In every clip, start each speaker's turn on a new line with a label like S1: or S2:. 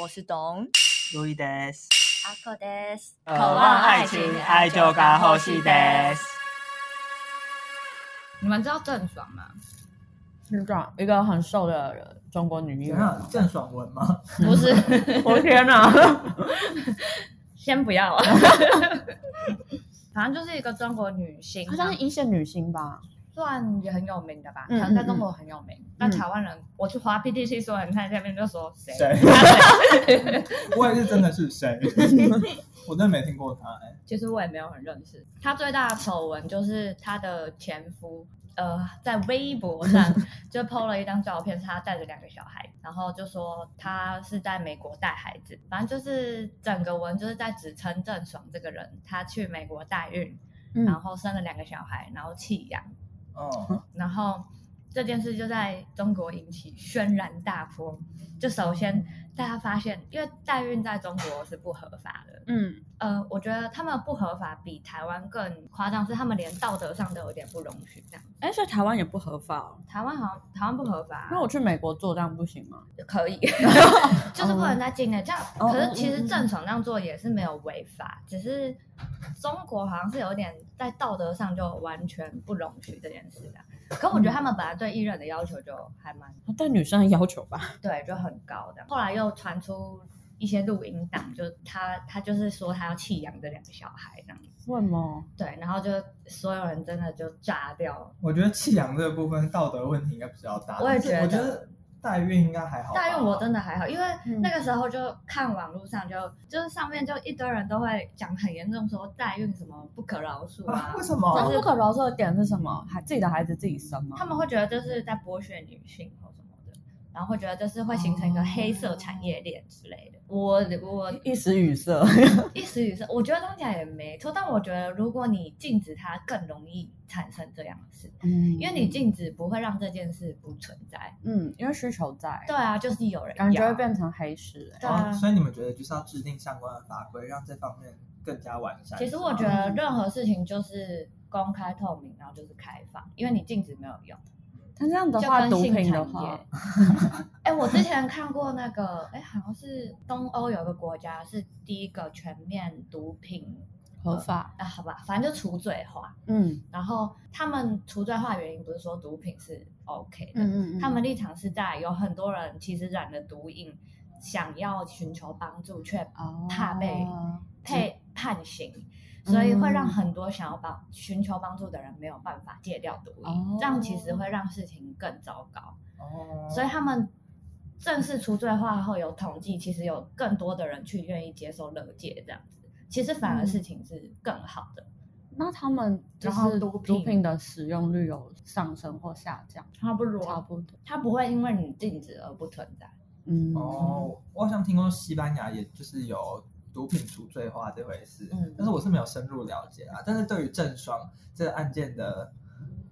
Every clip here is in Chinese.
S1: 我是董
S2: 路易德斯，
S1: 阿克德斯，
S2: 渴望爱情，爱就该呼吸德。
S3: 你们知道郑爽吗？
S4: 是这样，一个很瘦的人中国女艺
S2: 你
S4: 人。
S2: 看郑爽文吗？
S3: 不是，
S4: 我的天哪！
S3: 先不要啊。 反正就是一个中国女星，
S4: 好像是一线女星吧？
S3: 算也很有名的吧，可
S4: 嗯
S3: 能在
S4: 嗯
S3: 中
S4: 嗯
S3: 国很有名。那台湾人，我去滑 PTT 说，你看下面就说谁？
S2: 谁？ 我也是真的是谁？ 我真的没听过他哎、
S3: 其实我也没有很认识。她最大的丑闻就是她的前夫，呃，在微博 上就 PO 了一张照片，是她带着两个小孩，然后就说她是在美国带孩子，反正就是整个文就是在指称郑爽这个人，她去美国代孕，
S4: 嗯
S3: 然后生了两个小孩，然后弃养，
S2: 哦，
S3: 然后这件事就在中国引起轩然大波。就首先大家发现，因为代孕在中国是不合法的，
S4: 嗯，
S3: 呃，我觉得他们不合法比台湾更夸张，是他们连道德上都有点不容许这样。
S4: 哎，所以台湾也不合法哦。
S3: 台湾好像台湾不合法，啊
S4: 那我去美国做这样不行吗？
S3: 可 以，就是不能在境内这样。
S4: 哦
S3: 可
S4: 哦
S3: 是
S4: 哦
S3: 其实
S4: 哦
S3: 郑爽那样做也是没有违法，只是中国好像是有点在道德上就完全不容许这件事的。可我觉得
S4: 嗯
S3: 他们本来对艺人的要求就还蛮
S4: 对女生的要求吧？
S3: 对，就很高的。后来又传出一些录音档，就他他就是说他要弃养这两个小孩这样子，
S4: 为什么？
S3: 对，然后就所有人真的就炸掉了。
S2: 我觉得弃养这个部分道德问题应该比较大。
S3: 我也
S2: 但是
S3: 觉得
S2: 我觉得代孕应该还好吧。
S3: 但因为我真的还好，因为
S4: 嗯
S3: 那个时候就看网络上就就是上面就一堆人都会讲很严重说代孕什么不可饶恕啊
S2: 啊，为什
S4: 那
S2: 么？
S4: 不可饶恕的点是什么？还自己的孩子自己生吗
S3: 他？们会觉得这是在剥削女性或什么的，然后会觉得这是会形成一个黑色产业链之类的。我我
S4: 一时语塞。
S3: 一时语塞，我觉得听起来也没错，但我觉得如果你禁止它，更容易产生这样的事，
S4: 嗯
S3: 因为你禁止不会让这件事不存在。
S4: 嗯，因为需求在，
S3: 对啊，就是有人
S4: 感觉
S3: 要
S4: 会变成黑市、欸。
S3: 对啊
S2: 哦所以你们觉得就是要制定相关的法规，让这方面更加完善。
S3: 其实我觉得
S4: 嗯
S3: 任何事情就是公开透明，然后就是开放，因为你禁止没有用。
S4: 但这样的
S3: 就
S4: 话，
S3: 跟
S4: 毒
S3: 性
S4: 品的
S3: 产
S4: 话
S3: 业，，哎、我之前看过那个，哎、好像是东欧有个国家是第一个全面毒品
S4: 合法。
S3: 啊，好吧，反正就除罪化。
S4: 嗯
S3: 然后他们除罪化原因不是说毒品是 OK 的，
S4: 嗯嗯嗯，
S3: 他们立场是在有很多人其实染了毒瘾，想要寻求帮助，却
S4: 哦
S3: 怕被
S4: 嗯
S3: 配判刑，所以会让很多想要帮寻求帮助的人没有办法戒掉毒瘾，
S4: 哦
S3: 这样其实会让事情更糟糕。
S2: 哦，
S3: 所以他们正式除罪化后，有统计，其实有更多的人去愿意接受乐戒这样子，其实反而
S4: 嗯
S3: 事情是更好的。
S4: 那他们就
S3: 然后
S4: 是
S3: 毒
S4: 毒
S3: 品
S4: 品的使用率有上升或下降，
S3: 差不
S4: 差
S3: 多，
S4: 不多。
S3: 它不会因为你禁止而不存在。
S4: 嗯，
S2: 哦，我好像听说西班牙也就是有毒品除罪化这回事，
S3: 嗯
S2: 但是我是没有深入了解啊。但是对于郑爽这个案件的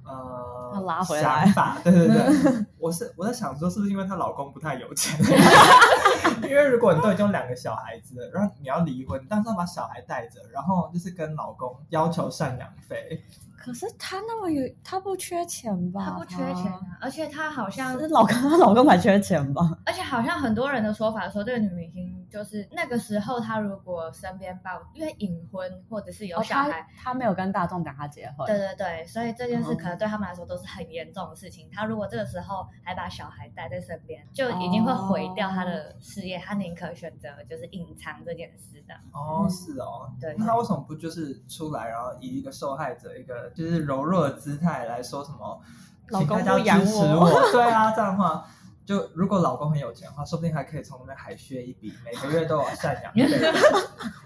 S4: 要
S2: 呃
S4: 拉回来
S2: 想法，对 对对，我是我在想说，是不是因为她老公不太有钱？ 因为如果你都已经有两个小孩子了，然后你要离婚，但是要把小孩带着，然后就是跟老公要求赡养费，
S4: 可是她那么有，她不缺钱吧？
S3: 他不缺钱啊，而且他好像
S4: 她，是老公，她老公才缺钱吧？
S3: 而且好像很多人的说法说，这个女明星就是那个时候，她如果身边报，因为隐婚或者是有
S4: 哦
S3: 小
S4: 她
S3: 孩，
S4: 她 没有跟大众讲她结婚。
S3: 对对对，所以这件事
S4: 哦
S3: 可能对他们来说都是很严重的事情。她如果这个时候还把小孩带在身边，就已经会毁掉她的事业，她宁可选择就是隐藏这件事的。
S2: 哦，
S4: 嗯
S2: 是哦，
S3: 对
S2: 那他为什么不就是出来，然后以一个受害者、一个就是柔弱的姿态来说什么，
S4: 老
S2: 请
S4: 公
S2: 大
S4: 不
S2: 家
S4: 养
S2: 支持
S4: 我
S2: 我？对啊，这样的话，就如果老公很有钱的话，说不定还可以从那边海削一笔，每个月都有赡养费。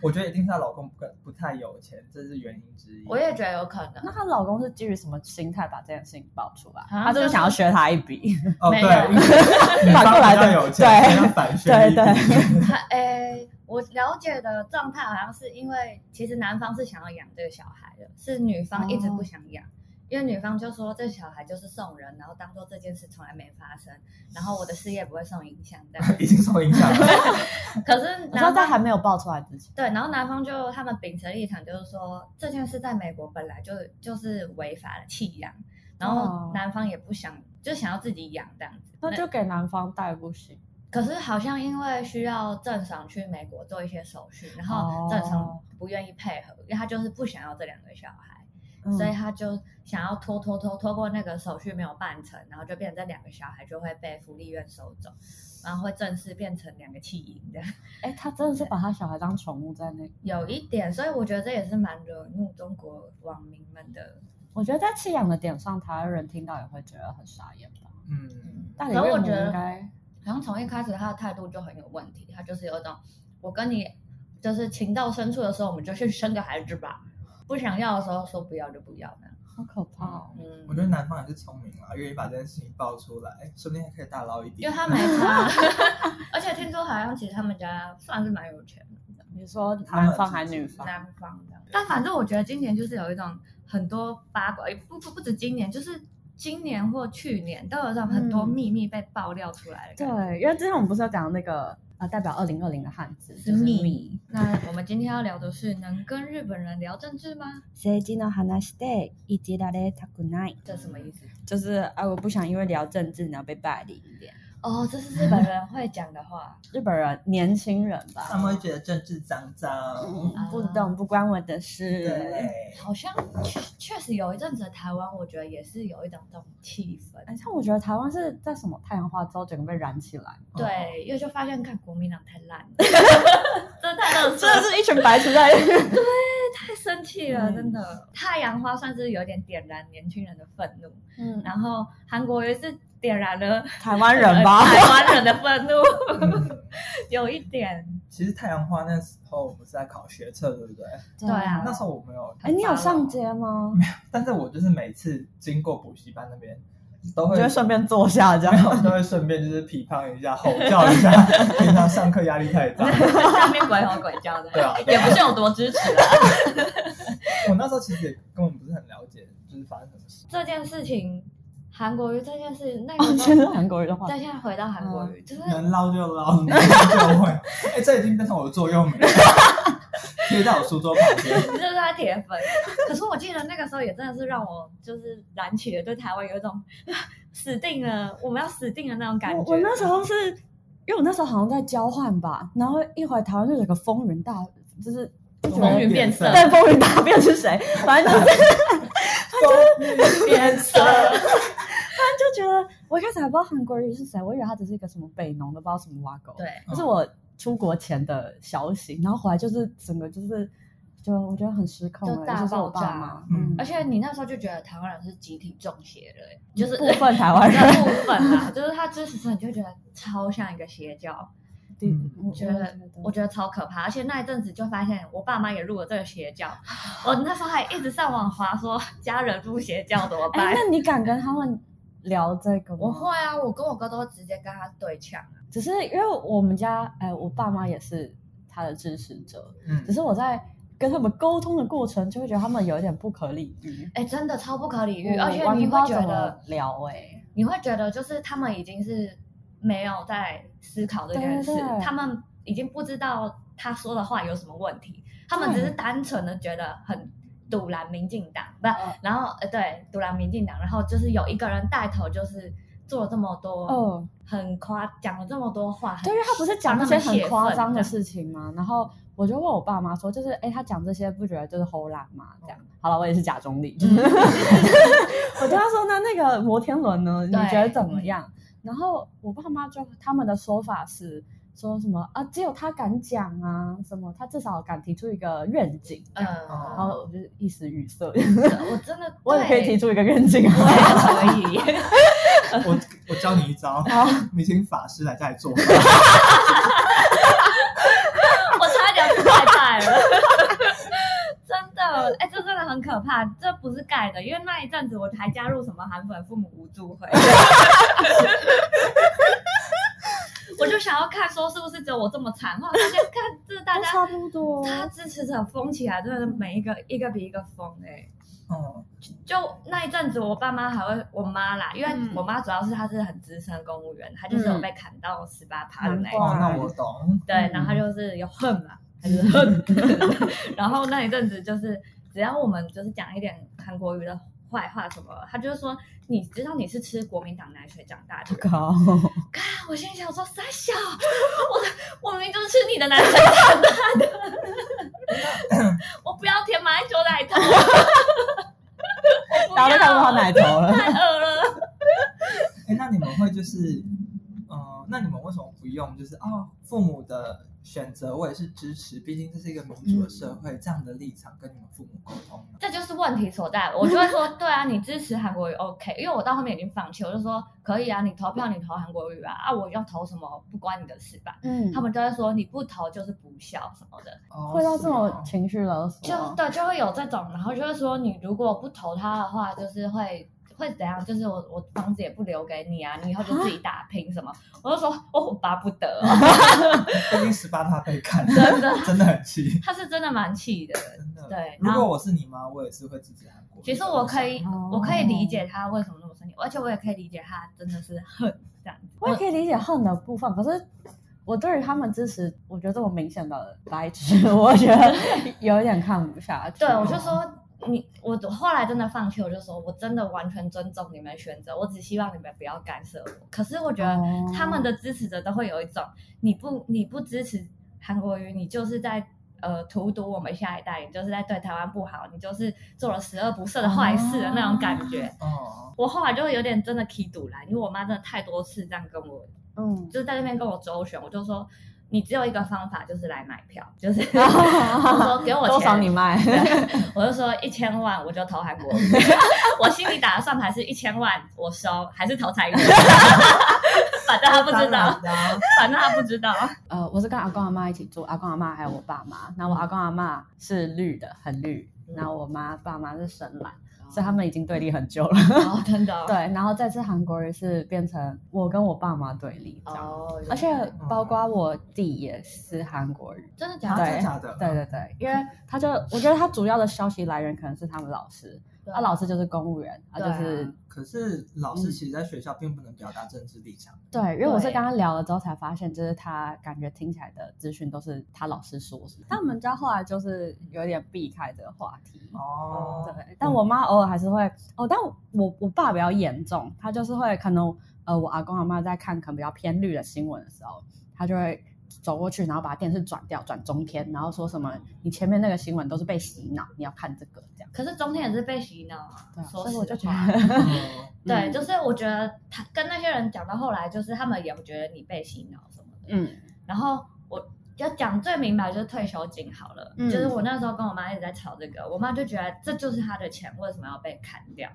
S2: 我觉得一定是她老公不不太有钱，这是原因之一。
S3: 我也觉得有可能
S4: 那，她老公是基于什么心态把这件事情爆出来？
S3: 像
S4: 他就是想要削她一 笔，
S2: 哦，
S3: 没
S2: 对，
S3: 有
S2: 因为女
S4: 反过
S2: 方
S4: 来
S2: 比较
S4: 对
S2: 有钱，
S4: 对
S2: 所以要反削一笔。
S4: 对
S3: 诶，哎我了解的状态好像是因为其实男方是想要养这个小孩的，是女方一直不想养。因为女方就说这小孩就是送人，然后当做这件事从来没发生，然后我的事业不会受影响这 样。
S2: 已经受影响了。
S3: 可是
S4: 你知道
S3: 男
S4: 在
S3: 方
S4: 还没有爆出来之前，
S3: 对，然后男方就他们秉承立场，就是说这件事在美国本来就就是违法的弃养，然后
S4: 哦
S3: 男方也不想，就想要自己养这样子。
S4: 那就给男方带不行。
S3: 可是好像因为需要郑爽去美国做一些手续，然后
S4: 哦
S3: 郑爽不愿意配合，因为她就是不想要这两个小孩，
S4: 嗯
S3: 所以她就想要拖拖拖拖过那个手续没有办成，然后就变成这两个小孩就会被福利院收走，然后会正式变成两个弃婴的，
S4: 哎、他真的是把他小孩当宠物在那，
S3: 有一点，所以我觉得这也是蛮惹怒中国网民们的。
S4: 我觉得在弃养的点上，台湾人听到也会觉得很傻眼吧。
S2: 嗯，
S3: 嗯，
S4: 大理
S3: 可
S4: 岳
S3: 我
S4: 母
S3: 觉得
S4: 应该
S3: 好像从一开始他的态度就很有问题，他就是有一种我跟你就是情到深处的时候，我们就去生个孩子吧，不想要的时候说不要就不要呢。
S4: 好可怕哦。
S3: 嗯，
S2: 我觉得男方也是聪明啊，愿意把这件事情爆出来，说不定还可以大捞一笔。
S3: 因为他没 差， 而且听说好像其实他们家算是蛮有钱的，
S4: 嗯你说
S2: 他们
S4: 男方还
S2: 自
S4: 是
S2: 己
S4: 女方？
S3: 南方的。但反正我觉得今年就是有一种很多八卦，也不不不止今年，就是今年或去年都有一种很多
S4: 嗯
S3: 秘密被爆料出来的感觉。
S4: 对，因为之前我们不是有讲那个呃代表二零二零的汉字就是
S3: 密
S4: 密。
S3: 那我们今天要聊的是能跟日本人聊政治吗？
S4: 政治の話でいじられたくない，
S3: 这什么意思？
S4: 就是哎，我不想因为聊政治然后被霸凌一点。
S3: 哦，这是日本人会讲的话。
S4: 日本人年轻人
S2: 他
S4: 吧，
S2: 们会觉得政治脏脏，
S3: 啊
S4: 不懂不关我的事。
S2: 对，
S3: 好像确确实有一阵子的台湾，我觉得也是有一种这种气氛。
S4: 哎，像我觉得台湾是在什么太阳花之后整个被燃起来，
S3: 对，因为就发现看国民党太烂 了，真的太烂了，
S4: 真的是一群白痴在。
S3: 太生气了，
S4: 嗯
S3: 真的。太阳花算是有点点燃年轻人的愤怒，
S4: 嗯，
S3: 然后韩国也是点燃 了 呃
S4: 台湾人吧，
S3: 台湾人的愤怒，
S2: 嗯。
S3: 有一点。
S2: 其实太阳花那时候我们是在考学测，对不对？
S4: 嗯
S3: 对啊
S2: 那时候我没有，
S4: 哎，你有上街吗？
S2: 但是我就是每次经过补习班那边，都
S4: 我
S2: 会
S4: 就会顺便坐下这
S2: 然后
S4: 样。
S2: 都会顺便就是批判一下、吼叫一下， 平常上课压力太大。
S3: 下面鬼吼鬼叫的，
S2: 对啊对
S3: 也
S2: 啊
S3: 不是有多支持啊。
S2: 我那时候其实也根本不是很了解，就是发生什么事。
S3: 这件事情，韩国瑜这件事，那
S4: 哦，
S3: 个时
S4: 现在
S3: 候，
S4: 韩国人的嗯话
S3: 再现在回到韩国瑜，就是
S2: 能捞就捞，能就会。 哎、这已经变成我的座右铭 了，贴在我书桌旁边。
S3: 就是他铁粉。可是我记得那个时候也真的是让我就是燃起了对台湾有一种 啊死定了，我们要死定了那种感觉。
S4: 我我那时候是因为我那时候好像在交换吧，然后一回台湾就有个风云大，就是
S3: 风云变色
S4: 对风云大变是谁，反正就是
S2: 风云变色。
S4: 就觉得我一开始还不知道韩国瑜是谁，我以为他只是一个什么北农的，不知道什么挖狗。，
S3: 对，
S4: 这是我出国前的消息，然后回来就是整个就是就我觉得很失控
S3: 就
S4: 了，
S3: 大
S4: 就是我
S3: 爆
S4: 爸
S3: 炸
S4: 妈，
S2: 嗯
S3: 而且你那时候就觉得台湾人是集体中邪的、欸，就是
S4: 部分台湾人，
S3: 那部分啦，就是他支持者你就觉得超像一个邪教，
S2: 嗯
S4: 我
S3: 觉得我觉得超可怕。而且那一阵子就发现我爸妈也入了这个邪教，我那时候还一直上网划说 家人入邪教怎么办
S4: 哎，。那你敢跟他们聊这个吗？
S3: 我会啊，我跟我哥都直接跟他对呛。
S4: 只是因为我们家，哎，我爸妈也是他的支持者，只
S2: 嗯，
S4: 是我在跟他们沟通的过程，就会觉得他们有一点不可理喻，
S3: 哎、真的超不可理喻，
S4: 我
S3: 而且
S4: 完
S3: 你
S4: 全不
S3: 会
S4: 知
S3: 觉
S4: 道怎
S3: 得
S4: 么，聊，哎，
S3: 你会觉得就是他们已经是没有在思考这件事，
S4: 对对对
S3: 他们已经不知道他说的话有什么问题，他们只是单纯的觉得很堵拦民进党，不，
S4: 嗯
S3: 然后呃对，堵拦民进党，然后就是有一个人带头，就是做了这么多，
S4: 哦，
S3: 很夸，讲了这么多话，很
S4: 对，因为他不是讲
S3: 让
S4: 那
S3: 他们
S4: 些很
S3: 哦泄
S4: 夸
S3: 愤
S4: 张
S3: 这
S4: 的
S3: 样
S4: 事情吗？然后我就问我爸妈说，就是哎，他讲这些不觉得就是偷懒吗？这样，好了，我也是假中立，
S3: 嗯
S4: 就是 我就他说那那个摩天轮呢，你
S3: 对嗯
S4: 觉得怎么样？然后我爸妈就他们的说法是说什么啊，只有他敢讲啊，什么他至少敢提出一个愿景，
S3: 嗯，
S4: 然
S2: 哦
S4: 后我就一时语塞，
S3: 我真的，
S4: 我也可以提
S3: 对，
S4: 出一个愿景
S3: 我
S4: 啊。
S3: 也可以。
S2: 我我教你一招，
S4: 好，
S2: 你请法师来家里做法。
S3: 我差点去拜拜 了。真的，哎、这真的很可怕，这不是盖的，因为那一阵子我还加入什么韩粉父母无助 会，我就想要看说是不是只有我这么惨，后来发现看这大
S4: 都
S3: 家
S4: 差不多，
S3: 他支持者疯起来，真的是每一个一个比一个疯哎、
S2: 嗯，
S3: 就那一阵子，我爸妈还会，我妈啦，因为我妈主要是她是很资深公务员，她就是有被砍到十八趴的那一种。
S2: 哦，那我懂。
S3: 对，
S4: 嗯
S3: 然后他就是有恨嘛，他就是 恨。然后那一阵子就是，只要我们就是讲一点韩国语的坏话什么，他就是说你知道你是吃国民党奶水长大的人，
S4: 靠！
S3: 看我心里想说傻小，我我明明就是吃你的奶水长大的，我不要舔马英九奶头，我不
S4: 大家都看不
S3: 要，
S4: 到奶头了。
S3: 太恶了。
S2: 哎，那你们会就是，呃，那你们为什么不用就是哦，父母的选择我也是支持，毕竟这是一个民主的社
S3: 嗯
S2: 会，这样的立场跟你们父母沟通吗？
S3: 这就是问题所在，我就会说，对啊，你支持韩国瑜 OK，因为我到后面已经放弃，我就说可以啊，你投票你投韩国瑜啊，啊，我要投什么不关你的事吧。
S4: 嗯
S3: 他们都会说你不投就是不孝什么的，
S2: 哦
S4: 会到这
S2: 是
S4: 种
S2: 哦
S4: 情绪勒索，
S3: 就对，就会有这种，然后就会说你如果不投他的话，就是会会怎样？就是我我房子也不留给你啊，你以后就自己打拼什么？我就说哦，我巴不得、哦
S2: 毕竟十八他被砍，
S3: 真的，
S2: 真的很气，
S3: 他是真的蛮气的。
S2: 真的。
S3: 对
S2: 如
S3: 然
S2: 果
S3: 后
S2: 我是你妈，我也是会支持韩国。
S3: 其实我可以，
S4: 哦
S3: 我可以理解他为什么那么生气，而且我也可以理解他真的是恨这样子。
S4: 我也可以理解恨的部分，可是我对于他们支持，我觉得这么明显的白痴，我觉得有一点看不下去。
S3: 对，我就说你，我后来真的放弃，我就说我真的完全尊重你们的选择，我只希望你们不要干涉我。可是我觉得
S4: 哦
S3: 他们的支持者都会有一种，你不你不支持韩国瑜，你就是在。呃，荼毒我们下一代，你就是在对台湾不好，你就是做了十恶不赦的坏事的那种感觉。
S2: 哦，
S3: 我后来就有点真的踢赌啦，因为我妈真的太多次这样跟我
S4: 嗯，
S3: 就是在那边跟我周旋，我就说你只有一个方法，就是来买票，就是我说给我
S4: 多少
S3: 钱，
S4: 你卖？
S3: 我就说一千万我就投韩国瑜，我心里打的算盘是一千万我收还是投蔡英文， 反正他 不知
S2: 当
S3: 道，
S2: 然啊 啦
S3: 反正他不知道。
S4: 呃，我是跟阿公阿妈一起住，阿公阿妈还有我爸妈。然后我阿公阿妈是绿的，很绿，然后我妈爸妈是深蓝，所以他们已经对立很久了。
S3: 哦，真 的哦
S4: 对，然后这次韩国人是变成我跟我爸妈对立这样。
S3: 哦，
S4: 而且包括我弟也是韩国人，
S3: 真的假
S2: 啊真的
S3: 的？
S2: 假的？
S4: 对对对，因为他就我觉得他主要的消息来源可能是他们老师，啊，老师就是公务员，啊，
S3: 对
S4: 就
S3: 啊
S4: 是
S2: 可是老
S3: 嗯
S2: 师其实在学校并不能表达政治立场，
S4: 对，因为我是
S3: 对
S4: 跟他聊了之后才发现，就是他感觉听起来的资讯都是他老师说什么，但我们家后来就是有点避开这个话题。
S3: 嗯
S2: 哦，
S4: 对，但我妈偶尔还是会哦，但我我爸比较严重，他就是会可能呃，我阿公阿妈在看可能比较偏绿的新闻的时候，他就会走过去，然后把电视转掉，转中天，然后说什么你前面那个新闻都是被洗脑，你要看这个这样。
S3: 可是中天也是被洗脑啊
S4: 对啊，
S3: 说
S4: 所以我就
S3: 实
S4: 觉
S3: 话。
S4: 得，
S2: 嗯
S3: 对，
S4: 嗯
S3: 就是我觉得他跟那些人讲到后来，就是他们也觉得你被洗脑什么的。
S4: 嗯
S3: 然后我就讲最明白就是退休金好了，
S4: 嗯
S3: 就是我那时候跟我妈一直在吵这个，我妈就觉得这就是她的钱，为什么要被砍掉？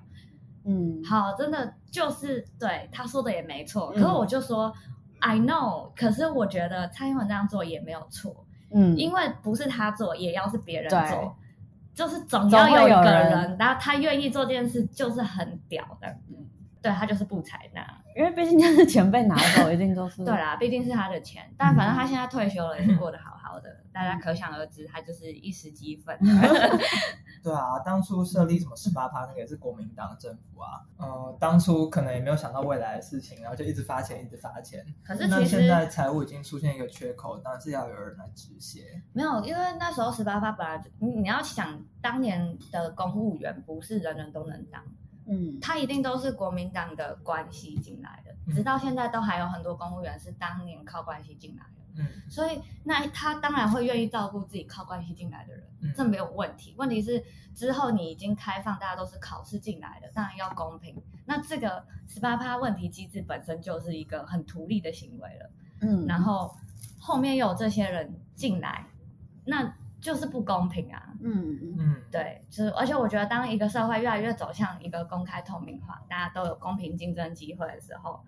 S4: 嗯，
S3: 好，真的就是对她说的也没错，
S4: 嗯
S3: 可是我就说、I know，可是我觉得蔡英文这样做也没有错，
S4: 嗯，
S3: 因为不是他做，也要是别人
S4: 对
S3: 做。就是总
S4: 总
S3: 要
S4: 会
S3: 有一
S4: 有
S3: 个
S4: 人
S3: 人，然后他愿意做这件事，就是很屌的。对他就是不采纳。
S4: 因为毕竟就是前辈拿走，一定都 是
S3: 对啦，毕竟是他的钱，但反正他现在退休了，也是过得好好的，大家可想而知，他就是一时激愤。
S2: 对啊，当初设立什么十八趴那个也是国民党政府啊，呃，当初可能也没有想到未来的事情，然后就一直发钱，一直发钱。
S3: 可是
S2: 那
S3: 其
S2: 现
S3: 实
S2: 在财务已经出现一个缺口，当然是要有人来止血。
S3: 没有，因为那时候十八趴本来就你你要想，当年的公务员不是人人都能当，
S4: 嗯
S3: 他一定都是国民党的关系进来的，
S2: 嗯
S3: 直到现在都还有很多公务员是当年靠关系进来的。
S2: 嗯
S3: 所以那他当然会愿意照顾自己靠关系进来的人，
S2: 嗯
S3: 这没有问题。问题是之后你已经开放，大家都是考试进来的，当然要公平。那这个十八趴问题机制本身就是一个很图利的行为了，
S4: 嗯，
S3: 然后后面又有这些人进来，那就是不公平啊。
S4: 嗯
S2: 嗯，
S3: 对，就是，而且我觉得，当一个社会越来越走向一个公开透明化，大家都有公平竞争机会的时候，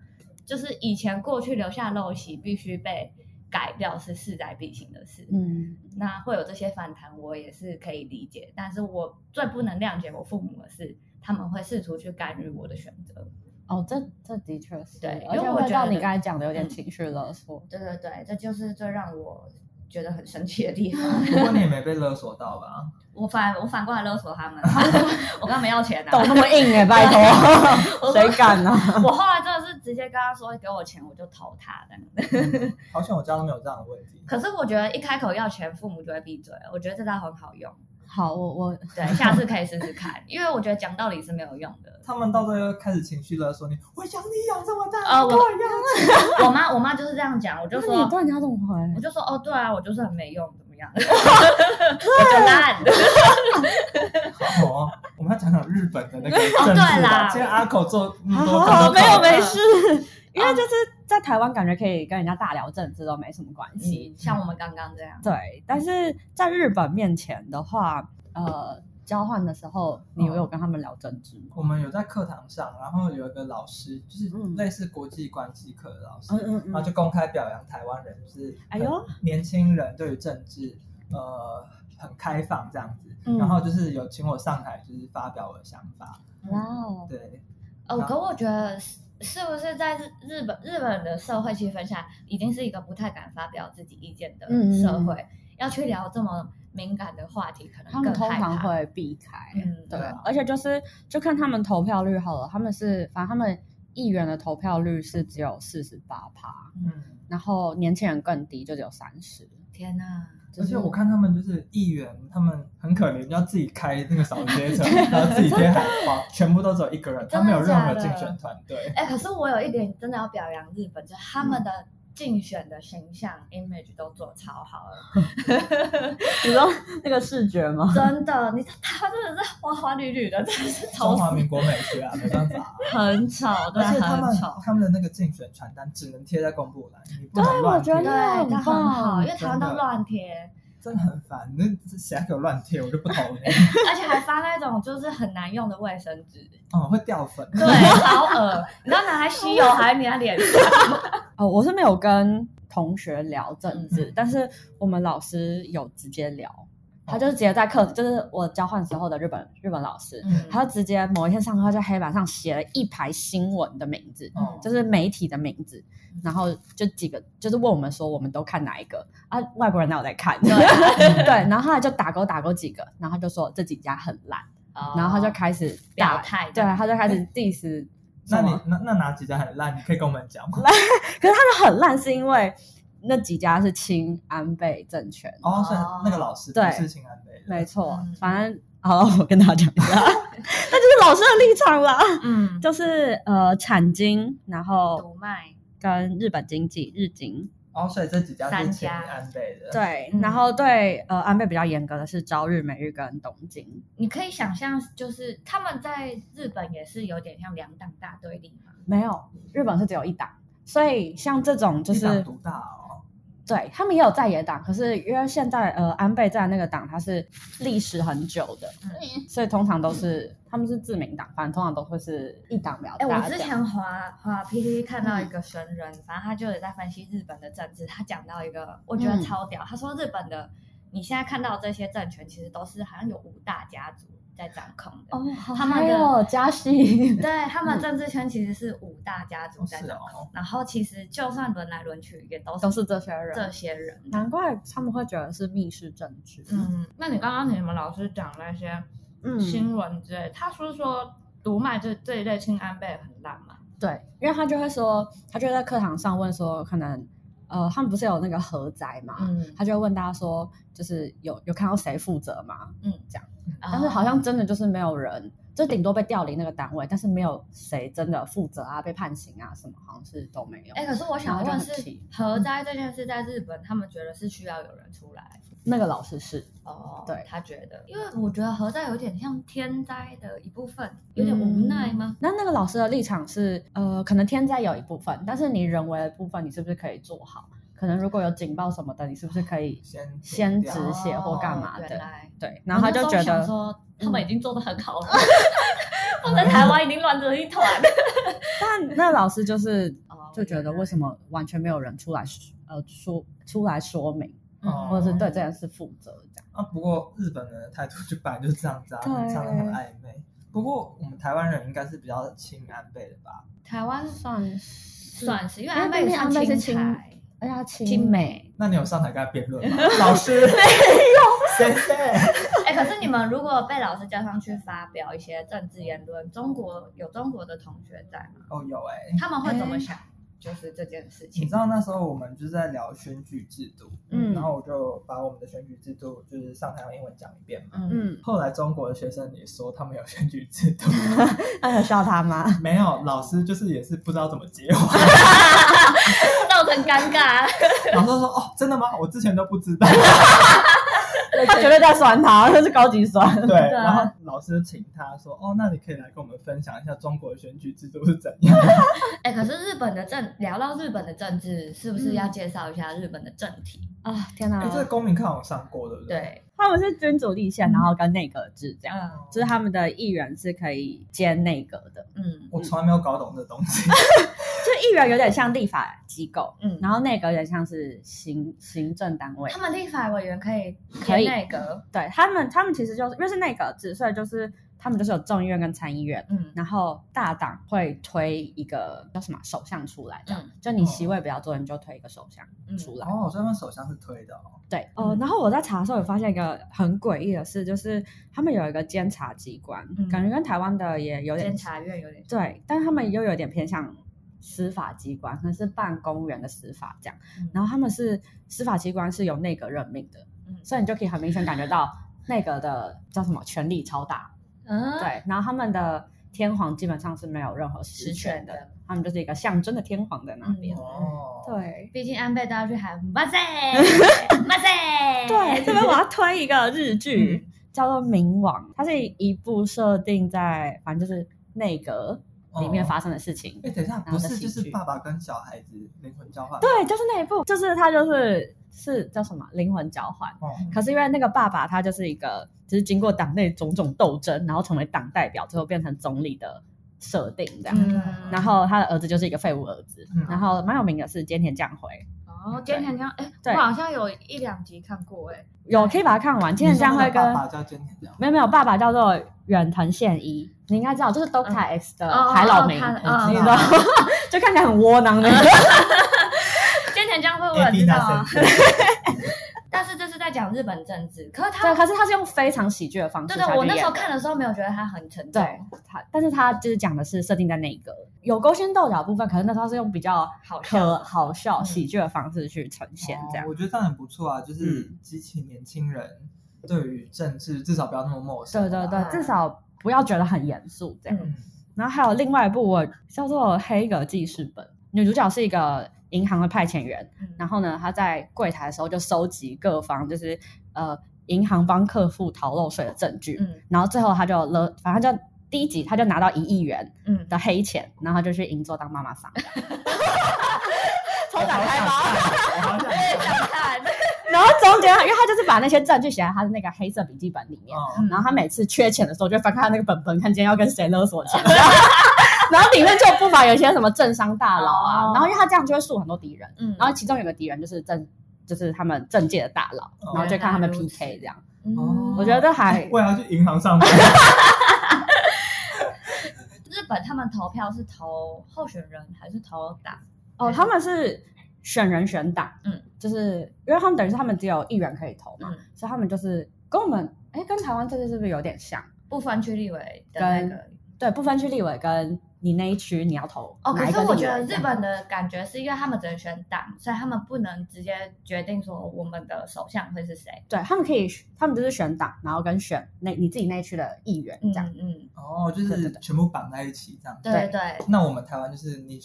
S3: 就是以前过去留下陋习必须被改掉，是势在必行的事。
S4: 嗯
S3: 那会有这些反弹，我也是可以理解，但是我最不能谅解我父母的是，他们会试图去干预我的选择。
S4: 哦，这这的确是，
S3: 对
S4: 而
S3: 因
S4: 且
S3: 为我
S4: 会
S3: 觉
S4: 到
S3: 得
S4: 你刚才讲的有点
S3: 嗯
S4: 情绪勒索，
S3: 对对对，这就是最让我觉得很生气的地方。
S2: 不过你也没被勒索到吧？
S3: 我反我反过来勒索 他们，我跟他们要钱啊，
S4: 懂那么硬哎，拜 托，
S3: 我
S4: 谁敢呢？啊
S3: 我后来真的是直接跟他说，给我钱我就投他这样子。
S2: 嗯好像我家都没有这样的问题。
S3: 可是我觉得一开口要钱，父母就会闭嘴。我觉得这招很好用，
S4: 好，我我
S3: 对，下次可以试试看，因为我觉得讲道理是没有用的。
S2: 他们到最后开始情绪勒索你，我养你养这么大，
S3: 呃
S2: 你给
S3: 我
S2: 我养，
S3: 我妈我妈就是这样讲，我就
S4: 那
S3: 说
S4: 你对你要怎么回？
S3: 我就说哦，对啊，我就是很没用，怎么样？我 就烂。
S2: 好哦，我们要讲讲日本的那个
S3: 哦
S2: 政治
S3: 对啦
S2: 吧。今天阿口做那么多
S4: 好好，
S2: 动作
S4: 没有没
S3: 嗯
S4: 事， 啊因为就是在台湾感觉可以跟人家大聊政治都没什么关系。
S3: 你像我们刚刚这样，
S4: 对，但是在日本面前的话，呃，交换的时候你有跟他们聊政治吗？
S2: 我们有在课堂上，然后有一个老师，就是
S4: 嗯
S2: 类似国际关系课的老师，
S4: 嗯嗯
S2: 然后就公开表扬台湾人，就是
S4: 哎呦
S2: 年轻人对于政治呃很开放这样子，
S4: 嗯
S2: 然后就是有请我上台，就是发表我的想法，
S4: 哇哦，
S2: 对，
S3: 哦，可我觉得是是不是在日日本日本的社会气氛下，已经是一个不太敢发表自己意见的
S4: 嗯嗯嗯
S3: 社会，要去聊这么敏感的话题，可能
S4: 他
S3: 更
S4: 们通
S3: 害
S4: 常
S3: 怕。
S4: 会避开，
S3: 嗯
S4: 对
S2: 对啊，
S4: 而且就是就看他们投票率好了，他们是反正他们议员的投票率是只有四十八趴，
S2: 嗯。
S4: 然后年轻人更低，就只有三十。
S3: 天哪！
S2: 而且我看他们就是议员，他们很可怜，要自己开那个扫 街车，然后自己贴海报，全部都只有一个人，
S3: 真
S2: 他
S3: 的
S2: 没有任
S3: 假
S2: 何
S3: 的
S2: 竞选团队。
S3: 哎，可是我有一点真的要表扬日本，就是他
S4: 嗯
S3: 们的竞选的形象、image 都做超好了，
S4: 你知道 那个视觉吗？
S3: 真的，你他真的是花花绿绿的，真的
S4: 哎
S3: 是
S2: 中
S3: 丑
S2: 华
S3: 死，
S2: 民国美学啊，没办法啊、
S3: 很丑，
S2: 而且
S3: 真的
S2: 他
S3: 很
S2: 们
S3: 丑。
S2: 他们的那个竞选传单只能贴在公布栏，你不能乱贴，
S4: 啊我觉得
S3: 对，他
S4: 很
S3: 很好，
S4: 棒
S3: 因为台湾都乱贴，
S2: 真的很烦。那谁还给我乱贴，我就不投你。
S3: 而且还发那种就是很难用的卫生纸，
S2: 哦，会掉粉。
S3: 对，好恶，你知道拿来吸油还粘在脸 上，
S4: 哦，我是没有跟同学聊政治，
S2: 嗯
S4: 但是我们老师有直接聊，他就直接在课，就是我交换时候的日本日本老师，
S3: 嗯
S4: 他就直接某一天上课在黑板上写了一排新闻的名字，
S2: 哦，
S4: 就是媒体的名字，然后就几个，就是问我们说我们都看哪一个啊？外国人哪有在看？ 对然后后来就打勾打勾几个，然后他就说这几家很烂，然后他就开始
S3: 哦表
S4: 打，
S3: 态，
S4: 对，啊他就开始 diss
S2: 那
S4: 什
S2: 你
S4: 么。
S2: 那那哪几家很烂？你可以跟我们讲吗？
S4: 可是他的很烂，是因为那几家是亲安倍政权，
S2: 哦，是那个老师不
S4: 对
S2: 是秦安北的，
S4: 没错
S3: 嗯，
S4: 反正好了，我跟大家讲一 下，那就是老师的立场啦，
S3: 嗯，
S4: 就是呃产经，然后
S3: 读卖，
S4: 跟日本经济日经，
S2: 哦，所以这几家
S3: 三
S2: 是
S3: 家
S2: 秦安北的。，
S4: 对，
S3: 嗯
S4: 然后对呃安倍比较严格的是朝日、美日跟东京，
S3: 你可以想象，就是他们在日本也是有点像两党大对立嘛，
S4: 没有日本是只有一党。所以像这种就
S2: 一党
S4: 是
S2: 独大哦。
S4: 对他们也有在野党，可是因为现在呃安倍在那个党他是历史很久的，
S3: 嗯，
S4: 所以通常都是他们是自民党，反正通常都会是一党比较
S3: 哎，
S4: 大
S3: 我
S4: 的
S3: 之前滑滑 PPT 看到一个神人，反正他就有在分析日本的政治，他讲到一个我觉得
S4: 嗯
S3: 超屌，他说日本的你现在看到这些政权，其实都是好像有五大家族在掌控的。
S4: 哦，好
S3: 他们
S4: 嗨
S3: 的
S4: 哦，加息，
S3: 对他们政治圈其实哦是五大家族在掌
S2: 是哦
S3: 控，然后其实就算轮来轮去，也都
S4: 都是这些人，
S3: 这些人。
S4: 难怪他们会觉得是密室政治。
S3: 嗯，那你刚刚你们老师讲那些
S4: 嗯，
S3: 新闻之类，他说说读卖这这一类清安倍很烂嘛？
S4: 对，因为他就会说，他就会在课堂上问说，可能呃，他们不是有那个核灾嘛，
S3: 嗯，
S4: 他就会问大家说，就是有有看到谁负责吗？但是好
S3: 像
S4: 像真的就是没有人，就顶多被调离那个单位，但是没有谁真的负责啊，被判刑啊什么，好像是都没有。
S3: 哎，可是我想
S4: 然
S3: 问
S4: 后就很嗯
S3: 是
S4: 气
S3: 核灾这件事在日本，他们觉得是需要有人出来
S4: 那个老师是，
S3: 哦，
S4: 对
S3: 他觉得，因为我觉得核灾有点像天灾的一部分，有点
S4: 嗯
S3: 无奈吗？
S4: 那那个老师的立场是，呃，可能天灾有一部分，但是你人为的部分，你是不是可以做好？可能如果有警报什么的，你是不是可以
S2: 先
S4: 先
S2: 停
S4: 止
S2: 掉
S4: 血或干嘛
S3: 哦
S4: 的？
S3: 原来
S4: 对，然后他就觉
S3: 我那时候想
S4: 得，嗯
S3: 说他们已经做的很 好了，放在台湾已经乱成一团。
S4: 但那老师就是
S3: 哦
S4: 就觉得为什么完全没有人出来说呃说出来说明，
S2: 哦
S4: 嗯或者是对这件事负责这样？
S2: 啊，不过日本人的态度就本来就是这样子啊，
S4: 对
S2: 很常很暧昧。不过我们台湾人应该是比较亲安倍的吧？
S3: 台湾
S4: 算是
S3: 算是，因为
S4: 因为
S3: 安倍
S4: 毕竟安倍是
S3: 青
S4: 亲
S3: 台
S4: 哎呀，亲
S3: 亲
S4: 美，
S3: 美。
S2: 那你有上台跟他辩 论吗？老师没有，先生。
S3: 哎，可是你们如果被老师叫上去发表一些政治言论，中国有中国的同学在吗？
S2: 哦，有哎、
S3: 他们会怎么想？就是这件事
S2: 你
S3: 情
S2: 知。道那时候我们就是在聊选举制度，
S4: 嗯
S2: 然后我就把我们的选举制度就是上台用英文讲一遍嘛。
S3: 嗯，
S4: 嗯，
S2: 后来中国的学生也说他们有选举制 度，
S4: 那有笑他 吗？
S2: 没有老师就是也是不知道怎么接话，
S3: 造成尴尬。
S2: 老师说哦真的吗？我之前都不知 道。
S4: 他绝对在酸他， 那是高级酸。
S2: 对，然后老师请他说哦，那你可以来跟我们分享一下中国的选举制度是怎样。
S4: 嗯
S3: 哎、可是日本的政聊到日本的政治，是不是要介绍一下日本的政体？
S4: 啊，天哪
S2: 哎，这个公民课好像上过，对不对？
S3: 对，
S4: 他们是君主立宪，然后跟内阁制这样，
S3: 嗯
S4: 就是他们的议员是可以兼内阁的，
S3: 嗯
S2: 我从来没有搞懂这东西。
S4: 就议员有点像立法机构，
S3: 嗯，
S4: 然后内阁有点像是行行政单位
S3: 他。们立法委员可以
S4: 可
S3: 填
S4: 以
S3: 内阁，
S4: 对他们，他们其实就是因为是内阁制，所以就是他们就是有众议院跟参议院，
S3: 嗯
S4: 然后大党会推一个叫什么首相出来，这样、
S3: 嗯
S4: 就你席位比较多，你就推一个首相
S3: 嗯
S4: 出来。
S2: 哦，所以他们首相是推的哦。
S4: 对，哦，
S3: 嗯
S4: 然后我在查的时候有发现一个很诡异的事，就是他们有一个监察机关，
S3: 嗯
S4: 感觉跟台湾的也有点
S3: 监察院有点
S4: 对，但他们又有点偏向司法机关，可能是办公务员的司法这样。
S3: 嗯
S4: 然后他们是司法机关是由内阁任命的，
S3: 嗯
S4: 所以你就可以很明显感觉到内阁的叫什么权力超大。
S3: 嗯
S4: 对，然后他们的天皇基本上是没有任何实
S3: 实
S4: 权
S3: 权
S4: 的，
S3: 的，嗯
S4: 他们就是一个象征的天皇在那边。
S2: 哦，
S4: 对。
S3: 毕竟安倍都要去 喊哇塞哇塞，
S4: 对，这边 我要推一个日
S2: 嗯
S4: 剧，叫做《冥王》，它是一部设定在反正就是内阁
S2: 哦
S4: 里面发生的事情。
S2: 哎，等一下，
S4: 然后
S2: 不
S4: 再
S2: 是
S4: 喜
S2: 就是
S4: 剧
S2: 爸爸跟小孩子灵魂交换？
S4: 对，就是那一部，就是他就是是叫什么灵魂交换。
S2: 哦，
S4: 可是因为那个爸爸他就是一个，就是经过党内种种斗争，然后成为党代表，最后变成总理的设定这样。
S3: 嗯
S4: 然后他的儿子就是一个废物儿子，
S2: 嗯
S4: 然后蛮有名的是菅田将晖，
S3: 哦，菅田将哎，
S4: 对
S3: 我好像有一两集看过哎，
S4: 有可以把它看完。菅田将晖
S2: 你说那
S4: 跟
S2: 个爸爸叫菅田将晖
S4: 没有没有爸爸叫做远藤宪一，你应该知道，就是 Doctor X 的
S3: 哦
S4: 海老明，
S3: 哦嗯
S2: 我
S4: 你
S2: 知
S4: 知
S2: 道
S4: 道， 就看起来很窝囊的。
S3: 菅田将晖我
S2: ，A
S3: 也
S2: B
S3: 知道
S2: 那
S3: 啊，
S2: 神仙。
S3: 但是这是在讲日本政治，可是
S4: 对，
S3: 他
S4: 可是他是用非常喜剧的方式
S3: 对
S4: 才去
S3: 对，
S4: 演的。
S3: 我那时候看的时候没有觉得他很沉重，
S4: 对他，但是他就是讲的是设定在那个有勾心斗角的部分，可是那时候是用比较
S3: 好
S4: 可
S3: 笑，
S4: 好笑、
S3: 嗯
S4: 喜剧的方式去呈现，这样
S2: 哦。我觉得这样很不错啊，就是激起年轻人对于政治至少不要那么陌生
S4: 对
S2: 吧。
S4: 对
S3: 啊
S4: 对，至少不要觉得很严肃这样。
S3: 嗯
S4: 然后还有另外一部我叫做《黑格记事本》，女主角是一个银行的派遣员，
S3: 嗯
S4: 然后呢，她在柜台的时候就收集各方就是呃银行帮客户逃漏税的证据，
S3: 嗯
S4: 然后最后她就勒，反正就第一集她就拿到一亿元，
S3: 嗯，
S4: 的黑钱，然后他就去银座当妈妈桑。
S2: 我
S4: 从
S2: 好
S4: 打
S2: 想
S4: 开包，
S2: 看，我好想看。
S3: 想看，
S4: 然后中间，啊因为他就是把那些证据写在他的那个黑色笔记本里面，
S2: 嗯
S4: 然后他每次缺钱的时候，就会翻开他那个本本，看今天要跟谁勒索钱。 然后里面就不乏有一些什么政商大佬啊，
S3: 哦
S4: 然后因为他这样就会树很多敌人，
S3: 嗯
S4: 然后其中有个敌人就是政，就是他们政界的大佬，
S3: 哦
S4: 然后就看他们
S3: 原来如此
S4: PK 这样。
S3: 嗯
S4: 我觉得还
S2: 我也要去银行上班。
S4: 哎
S3: 日本他们投票是投候选人还是投党？
S4: 哦，他们是选人选党，
S3: 嗯，
S4: 就是因为他们等于是他们只有议员可以投嘛，
S3: 嗯
S4: 所以他们就是跟我们，哎，跟台湾这次是不是有点像？
S3: 不分区立委的那个
S4: 对，不分区立委跟你那一区你要投
S3: 哦，可
S4: 哪一
S3: 是
S4: 个立委
S3: 我觉得
S4: 这
S3: 日
S4: 样
S3: 本的感觉是因为他们只能选党，所以他们不能直接决定说我们的首相会是谁。
S4: 对他们可以，他们就是选党，然后跟选那你自己那一区的议员这
S3: 嗯
S4: 样。
S3: 嗯，
S2: 哦，就
S4: 对对
S2: 是
S4: 对
S2: 全部绑在一起这样。
S3: 对
S4: 对
S3: 对对，
S2: 那我们台湾就是你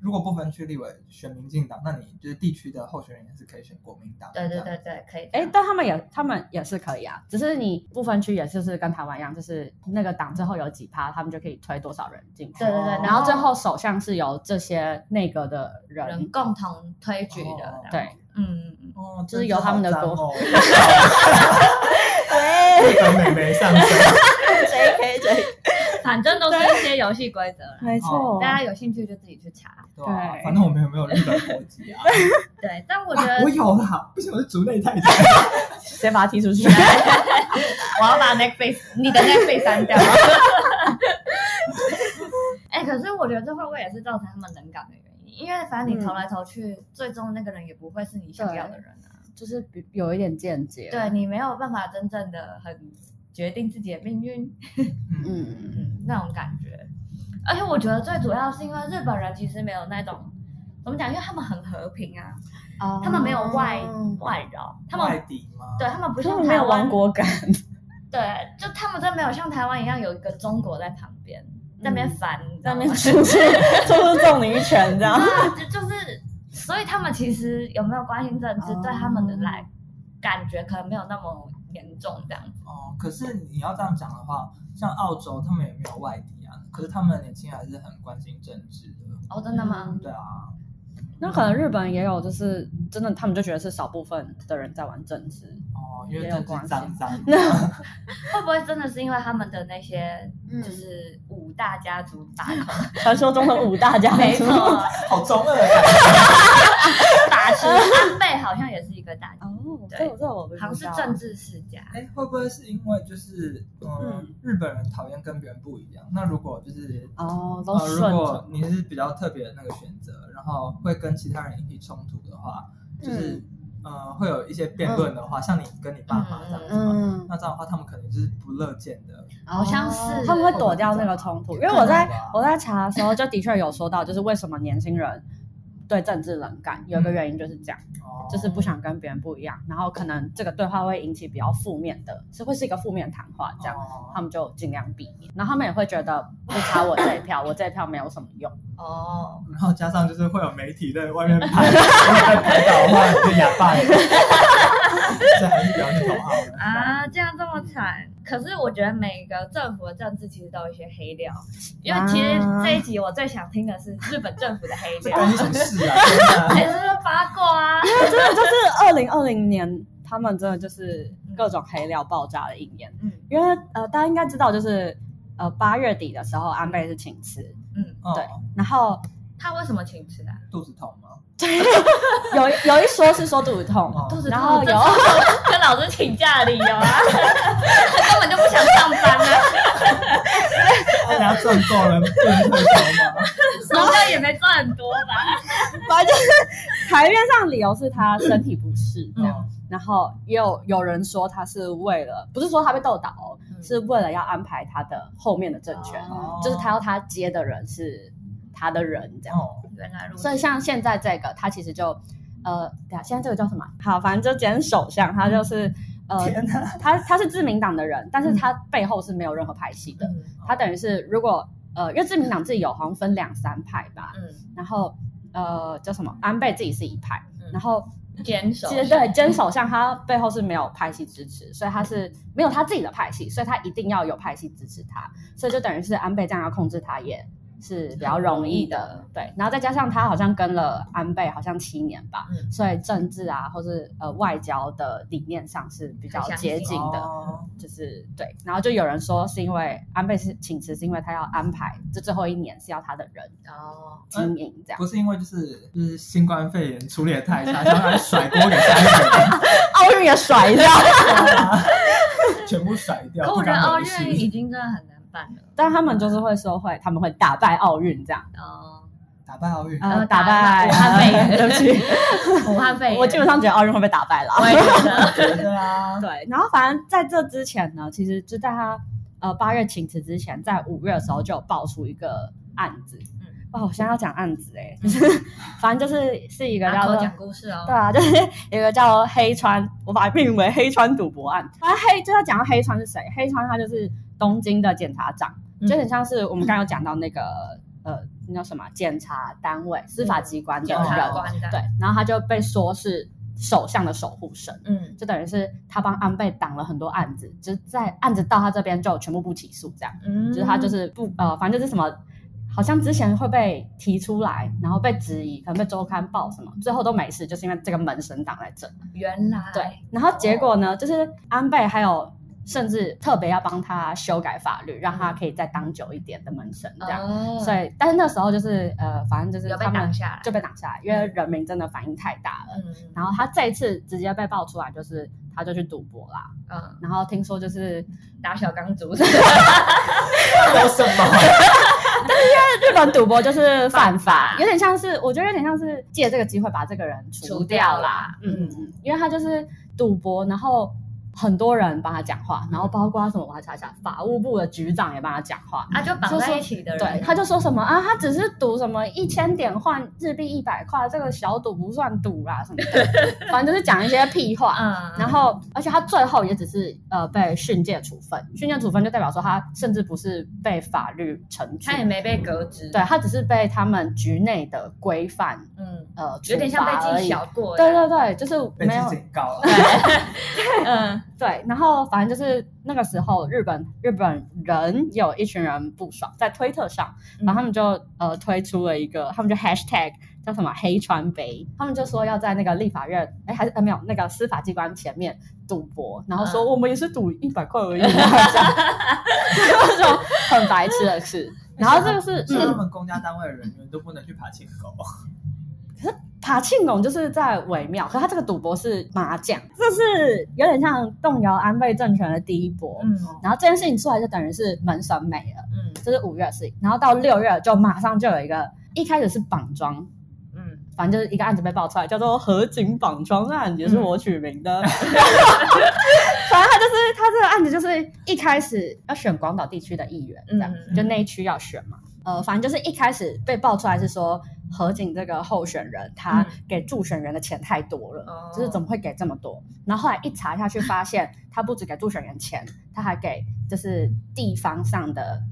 S2: 如果不分区立委选民进党，那你就是地区的候选人也是可以选国民党。
S3: 对对
S2: 这样
S3: 对。对，可以。
S4: 哎，但他们也他们也是可以啊，只是你不分区也就是跟台湾一样，就是那个党最后有几趴，他们就可以推多少人进去。
S3: 对对对，
S4: 然后最后首相是由这些内阁的人
S3: 人共同推举的
S2: 哦，
S4: 对，
S3: 嗯嗯嗯，
S2: 哦，
S4: 就是由他们的
S2: 国
S4: 国
S2: 哦，日本美眉 上身。
S4: J K 哦 J，
S3: 反正都是一些游戏规则啦。
S4: 没
S2: 错
S3: 大家有兴趣就自己去查。
S2: 对啊
S4: 对
S2: 反正我们有没有日本国籍啊？
S3: 对，但我觉
S2: 啊
S3: 得
S2: 我有啦，不行，我是竹内太太。
S4: 谁把他 踢出去？
S3: 我要 把 Netflix 你的 Netflix 删掉。 哎、可是我觉得这会不会也是造成他们冷感的原因？因为反正你投来投去，最终那个人也不会是你想要的人啊。
S4: 就是比有一点间接。
S3: 对，你没有办法真正的很决定自己的命运，
S2: 嗯，
S4: 嗯，
S3: 嗯，那种感觉。而且我觉得最主要是因为日本人其实没有那种怎么讲？因为他们很和平啊，
S4: 哦
S3: 他们没有外、哦外扰， 他
S2: 外
S3: 们
S2: 地吗？
S3: 对他们不
S4: 他
S3: 像
S4: 们没
S3: 台
S4: 有亡
S3: 湾，
S4: 国感，
S3: 对，就他们真的没有像台湾一样有一个中国在旁边在那边烦，你知道
S4: 嗯在那
S3: 吗
S4: 边出去出去 揍你一拳这样。
S3: 对，就就是，所以他们其实有没有关心政治，
S4: 哦
S3: 对他们的来感觉可能没有那么严重这样子。
S2: 哦，可是你要这样讲的话，像澳洲他们也没有外地啊，可是他们的年轻人还是很关心政治的。
S3: 哦，真的吗？
S2: 对啊，
S4: 那可能日本也有，就是真的他们就觉得是少部分的人在玩政治，
S2: 哦，因为
S4: 也有
S2: 政治
S4: 关
S2: 脏
S4: 心
S2: 脏的。
S4: 那
S3: 会不会真的是因为他们的那些
S1: 嗯
S3: 就是五大家族 打口？啊
S4: 传说中的五大家
S3: 没
S4: 族
S3: 错，，
S2: 好中二的感 觉。
S3: 打其 安倍好像也是一个大家，
S4: 哦，
S3: 对
S4: 这我这我不知道
S3: 好像是政治世家。
S2: 哎，会不会是因为就是嗯
S4: 嗯，
S2: 日本人讨厌跟别人不一样？那如果就是
S4: 哦，都
S2: 呃，如
S4: 顺着
S2: 果你是比较特别的那个选择，然后会跟其他人引起冲突的话，就是、呃会有一些辩论的话，像你跟你爸妈这样子嘛，
S4: 嗯，
S2: 那这样的话他们可能就是不乐见的。
S3: 好像是
S4: 哦他们会躲掉那个冲突，因为我在
S2: 啊
S4: 我在查的时候就的确有说到，就是为什么年轻人对政治冷感，有一个
S2: 嗯
S4: 原因就是这样，
S2: 哦
S4: 就是不想跟别人不一样，然后可能这个对话会引起比较负面的，是会是一个负面谈话这样。
S2: 哦
S4: 他们就尽量避免，然后他们也会觉得不差我这一票，我这一票没有什么用。
S3: 哦，
S2: 然后加上就是会有媒体在外面拍， 在拍照的话你就哑巴了，这还是不要去投好了。
S3: 啊，这样这么惨。可是我觉得每个政府的政治其实都有一些黑料，因为其实
S4: 啊
S3: 这一集我最想听的是日本政府的黑
S2: 这
S3: 料
S2: 关，你什么事啊？真的
S3: 哎，这是八卦啊！
S4: 真的就是二零二零年，他们真的就是各种黑料爆炸的应验。
S3: 嗯
S4: 因为呃，大家应该知道，就是呃八月底的时候，安倍是请辞，
S3: 嗯，
S4: 对
S2: 哦
S4: 然后
S3: 他为什么请辞啊？
S2: 肚子痛吗？
S4: 有一有一说是说肚子痛，
S2: 哦
S3: 肚子
S4: 然后
S3: 痛，
S4: 有
S3: 这是跟老师请假的理由啊，他根本就不想上班 啊，
S2: 大家赚够了，变退休吗？
S3: 手上也没赚很多吧？
S4: 反正就是台面上理由是他身体不适这样，
S2: 嗯
S4: 然后也有有人说他是为了不是说他被斗倒哦、
S3: 嗯
S4: 是为了要安排他的后面的政权，
S2: 哦
S4: 嗯就是他要他接的人是他的人这样。
S2: 哦，
S3: 原来如此
S4: 所以，像现在这个，他其实就呃，对啊，现在这个叫什么？好，反正就简首相，他就是呃，
S2: 天啊嗯哪！
S4: 他他是自民党的人，但是他背后是没有任何派系的。
S3: 嗯
S4: 他等于是如果呃，因为自民党自己有好像分两三派吧，
S3: 嗯
S4: 然后呃叫什么安倍自己是一派，
S3: 嗯
S4: 然后
S3: 坚守
S4: 其实对坚守像他背后是没有派系支持，所以他是没有他自己的派系，所以他一定要有派系支持他，所以就等于是安倍这样要控制他也是比较容易的，对。然后再加上他好像跟了安倍好像七年吧，
S3: 嗯
S4: 所以政治啊或是呃外交的理念上是比较
S3: 很相
S4: 接
S3: 近
S4: 近的，
S2: 哦
S4: 就是对。然后就有人说是因为安倍是请辞，是因为他要安排这最后一年是要他的人
S3: 哦，
S4: 经营这样。
S2: 不是因为就是就是新冠肺炎处理的太差，想要来甩锅给下一个
S4: 奥运也甩掉，
S2: 人，全部甩掉。
S3: 可我觉得
S2: 不
S3: 奥
S2: 关我的
S3: 运
S2: 事
S3: 已经真的很难办了
S4: 但他们就是会说会他们会打败奥运这样。
S3: 哦，
S2: 打败奥运，
S4: 呃，
S3: 打
S4: 打
S3: 败
S4: 败
S3: 武汉肺炎
S4: 对 不起，
S3: 武汉肺炎，
S4: 我基本上觉得奥运会被打败了。
S3: 我也觉 得，
S2: 觉得啊，
S3: 嗯
S4: 对，然后反正在这之前呢，其实就在他呃八月请辞之前，在五月的时候就有爆出一个案子。
S3: 嗯
S4: 哇，我现在要讲案子哎、
S3: 嗯
S4: 就是 反正就是是一个
S3: 拿
S4: 叫
S3: 口
S4: 做
S3: 讲故事哦
S4: 对，啊，就是有一个叫黑川，我把它命名为黑川赌博案。反正黑就要讲到黑川是谁，黑川他就是东京的检察长，
S3: 嗯
S4: 就很像是我们刚刚有讲到那个呃那叫什么检察单位、司
S3: 嗯
S4: 法机关的
S3: 检
S4: 人，
S3: 察官的，
S4: 对，然后他就被说是首相的守护神，
S3: 嗯
S4: 就等于是他帮安倍挡了很多案子，就是在案子到他这边就全部不起诉，这样，
S3: 嗯，
S4: 就是他就是不呃，反正就是什么。好像之前会被提出来，然后被质疑，可能被周刊报什么，最后都没事，就是因为这个门神挡在这。
S3: 嗯原来
S4: 对，然后结果呢，就是安倍还有甚至特别要帮他修改法律，让他可以再当久一点的门神这样。
S3: 哦，
S4: 所以，但是那时候就是呃，反正就是
S3: 有被
S4: 他们
S3: 挡下来
S4: 就被挡下来，因为人民真的反应太大了。
S3: 嗯，
S4: 然后他这一次直接被爆出来，就是他就去赌博啦。
S3: 嗯，
S4: 然后听说就是
S3: 打小钢 竹，
S2: 有什么？
S4: 日本赌博就是犯
S3: 犯
S4: 法
S3: 法，
S4: 有点像是我觉得有点像是借这个机会把这个人
S3: 除
S4: 除
S3: 掉
S4: 掉
S3: 啦
S4: 啦。嗯嗯嗯，因为他就是赌博，然后很多人帮他讲话，然后包括什么我还查一下，法务部的局长也帮他讲话。
S3: 啊，就绑在一起的人，
S4: 对，他就说什么啊，他只是赌什么一千点换日币一百块，这个小赌不算赌啦什么 的，反正就是讲一些屁话。
S3: 嗯，
S4: 然后，而且他最后也只是呃被训诫处分，训诫处分就代表说他甚至不是被法律惩处，
S3: 他也没被革职，
S4: 对，他只是被他们局内的规范
S3: 嗯，
S4: 呃
S3: 有点像
S4: 处罚而
S3: 被
S4: 已
S3: 记小过的，
S4: 对对对，就是
S2: 被
S4: 没
S2: 记
S4: 有
S2: 警告了。
S3: 嗯，
S4: 对，然后反正就是那个时候，日本日本人有一群人不爽，在推特上，
S3: 嗯
S4: 然后他们就呃推出了一个，他们就 hashtag 叫什么黑川杯，他们就说要在那个立法院，哎还是呃没有那个司法机关前面赌博，然后说
S3: 嗯
S4: 我们也是赌一百块而已，这样， 这种很白痴 的事。然后这个是
S2: 所以他
S4: 嗯，
S2: 们公家单位的人员都不能去爬青狗。
S4: 爬庆龙就是在微妙，可他这个赌博是麻将，这是有点像动摇安倍政权的第一波。
S3: 嗯
S4: 然后这件事情出来就等于是门神美了，
S3: 嗯
S4: 这是五月的事情。然后到六月就马上就有一个，一开始是绑桩，
S3: 嗯，
S4: 反正就是一个案子被爆出来，叫做河井绑桩案，也是
S3: 嗯
S4: 我取名 的。反正他就是他这个案子就是一开始要选广岛地区的议员，这样、
S3: 嗯嗯
S4: 就那一区要选嘛。呃，反正就是一开始被爆出来是说河井这个候选人他
S3: 嗯
S4: 给助选员的钱太多了，
S3: 哦
S4: 就是怎么会给这么多？然后后来一查下去，发现他不止给助选员钱，他还给就是地方上的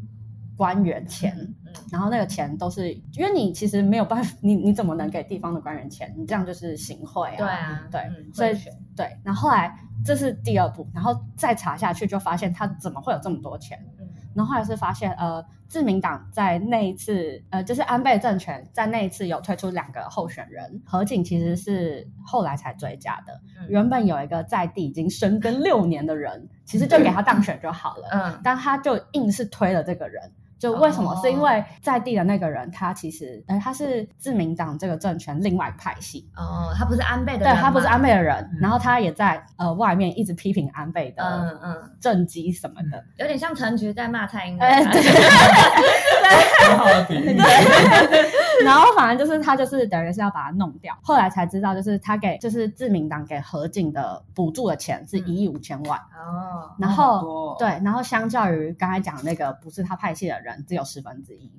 S4: 官员钱。
S3: 嗯嗯
S4: 然后那个钱都是，因为你其实没有办法，你你怎么能给地方的官员钱？你这样就是行贿啊。
S3: 对啊，
S4: 对
S3: 嗯
S4: 所以
S3: 贿选
S4: 对然后后来这是第二步，然后再查下去就发现他怎么会有这么多钱？
S3: 嗯
S4: 然后后来是发现，呃，自民党在那一次，呃，就是安倍政权在那一次有推出两个候选人，河井其实是后来才追加的，
S3: 嗯
S4: 原本有一个在地已经深耕六年的人，其实就给他当选就好了，
S3: 嗯
S4: 但他就硬是推了这个人。就为什么？
S3: 哦
S4: 是因为在地的那个人，他其实，呃，他是自民党这个政权另外一派系，
S3: 哦，他不是安倍的
S4: 对
S3: 人吗，
S4: 他不是安倍的人
S2: 嗯，
S4: 然后他也在呃外面一直批评安倍的
S3: 嗯嗯，
S4: 政绩什么的，
S3: 有点像陈菊在骂蔡英文，
S4: 哎对
S2: 很好的比喻。
S4: 然后反正就是他就是等于是要把它弄掉，后来才知道就是他给就是自民党给河井的补助的钱是一亿五千万，
S3: 哦，
S4: 然
S2: 好
S4: 后。
S2: 多哦
S4: 对，，然后相较于刚才讲的那个不是他派系的人，只有十分之一，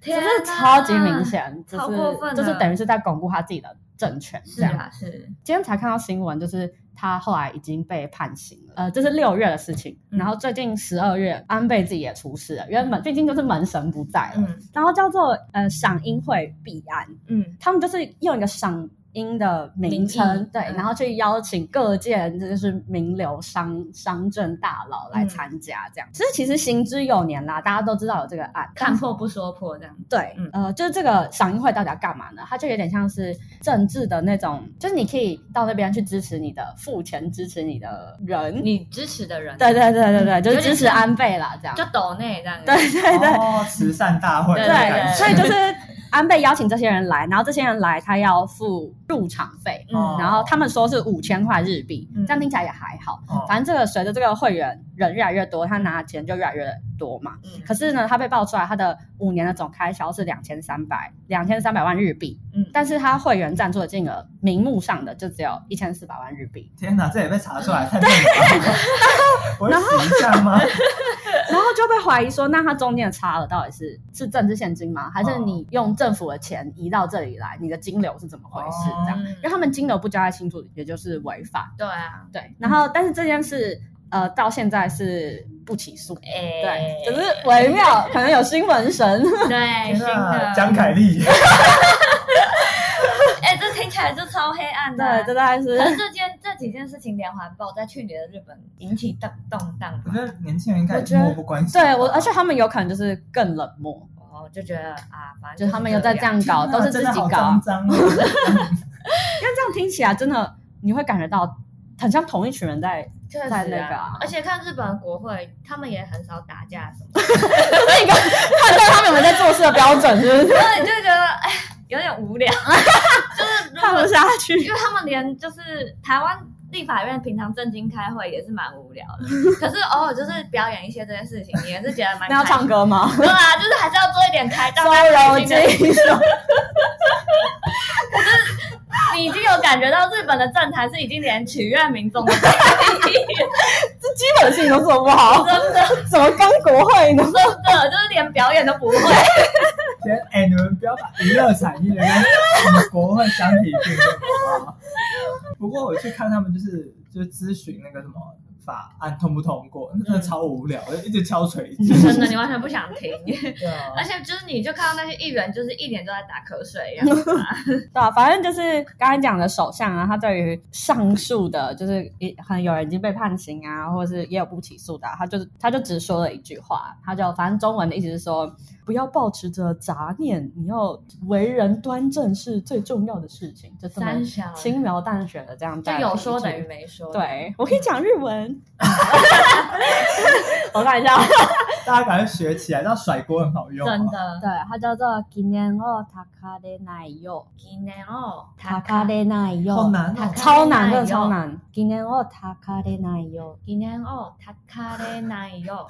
S4: 这
S3: 天啊哪
S4: 是超级明，显，就
S3: 好
S4: 是
S3: 过分啊
S4: 就是等于是在巩固他自己的政权这
S3: 是
S4: 样。
S3: 啊是，
S4: 今天才看到新闻，就是他后来已经被判刑了。呃，这是六月的事情。
S3: 嗯
S4: 然后最近十二月，安倍自己也出事了，因为门毕竟就是门神不在了。
S3: 嗯
S4: 然后叫做呃赏樱会必安，
S3: 嗯
S4: 他们就是用一个赏樱的名
S3: 名
S4: 称
S3: 义，
S4: 对，
S3: 嗯
S4: 然后去邀请各界这就是名流商商政大佬
S3: 嗯
S4: 来参加，这样。其实其实行之有年啦，大家都知道有这个案，
S3: 看破不说破这样，
S4: 对，
S3: 嗯
S4: 呃，就是这个赏樱会到底要干嘛呢？它就有点像是政治的那种，就是你可以到那边去支持你的付钱支持你的人，
S3: 你支持的人，
S4: 对对对对对，
S3: 嗯
S4: 就是
S3: 有点
S4: 支持
S3: 像
S4: 安倍啦，这样
S3: 就抖内这样，
S4: 对对对、
S2: 哦，慈善大会的
S3: 对
S2: 感
S4: 对，
S2: 觉，
S4: 所以就是安倍邀请这些人来，然后这些人来他要付入场费，
S2: 哦
S4: 然后他们说是五千块日币，
S3: 嗯
S4: 这样听起来也还好。
S2: 哦
S4: 反正这个随着这个会员人越来越多，他拿的钱就越来越多嘛。
S3: 嗯
S4: 可是呢，他被爆出来，他的五年的总开销是两千三百两千三百万日币，
S3: 嗯
S4: 但是他会员赞助的金额名目上的就只有一千四百万日币。
S2: 天哪，这也被查出来，太重了吧。我会洗一下吗？
S4: 然后就被怀疑说，那他中间的差额到底是是政治现金吗？还是你用政府的钱移到这里来，你的金流是怎么回事？这样，
S3: 嗯
S4: 因为他们金流不交代清楚，也就是违法。
S3: 对啊，
S4: 对，然后但是这件事，呃，到现在是不起诉。
S3: 哎
S4: 对，只是微妙，可能有新闻神。
S3: 对
S2: 天
S3: 新
S2: 哪，
S3: 的
S2: 江凯丽，
S3: 哎，这听起来就超黑暗的啊，
S4: 对，这大概 是
S3: 可是这件这几件事情连环爆，在去年的日本引起动动荡
S2: 我
S3: 嘛，
S2: 觉得年轻人应该
S4: 我觉得
S2: 漠不关心。
S4: 对我，而且他们有可能就是更冷漠，
S3: 我就觉得啊，反正
S4: 就是他们有在这样
S2: 天
S4: 搞，
S2: 哪
S4: 都是自己
S2: 真的
S4: 搞
S2: 好。脏脏哦
S4: 因为这样听起来真的，你会感觉到很像同一群人在，
S3: 这样，
S4: 在
S3: 确实
S4: 那个
S3: 啊
S4: 啊，
S3: 而且看日本的国会，他们也很少打架什么，
S4: 就是一个判断他们有没有在做事的标准，是不是？
S3: 然后你就觉得哎，有点无聊，就是如
S4: 看
S3: 果
S4: 不下去。
S3: 因为他们连就是台湾。立法院平常正经开会也是蛮无聊的，可是偶尔就是表演一些这件事情，你也是觉 得蛮
S4: 那要唱
S3: 歌，
S4: 歌吗？
S3: 对啊，就是 还是要做一点开，
S4: 收
S3: 大家开
S4: 柔
S3: 心的
S4: 精，
S3: 你已经有感觉到日本的政坛是已经连取悦民 众都不愿意
S4: 这基本性都做不好，
S3: 真的
S4: 怎么刚国会呢？
S3: 真的就是连表演都不会。
S2: 天，哎、你们不要把娱乐产业跟我们国会相提并论，好不好？不过我去看他们就是就是咨询那个什么法案通不通过，那
S3: 嗯
S2: 真的超无聊，就一直敲锤 子。
S3: 真的，你完全不想听，
S2: 对啊
S3: 而且就是你就看到那些议员，就是一脸都在打瞌睡一样。
S4: 对啊，反正就是刚才讲的首相啊，他对于上诉的，就是也很有人已经被判刑啊，或者是也有不起诉的啊、他就是他就只说了一句话，他就反正中文的意思是说，不要抱持着杂念，你要为人端正是最重要的事情，就这么
S3: 三小
S4: 轻描淡写的这样
S3: 就
S4: 带了一句，
S3: 有说等于没说。，
S4: 对，我可以讲日文，我看一下，
S2: 大家赶快学起来，这样甩锅很好用、啊。
S3: 真的。
S4: 对，它叫做今年哦塔卡的奶油，
S3: 今年哦，
S4: 塔卡的奶油，
S2: 好 难哦！
S4: 超难的，超难。今年我塔卡的奶油，
S3: 今年哦，塔卡的奶油，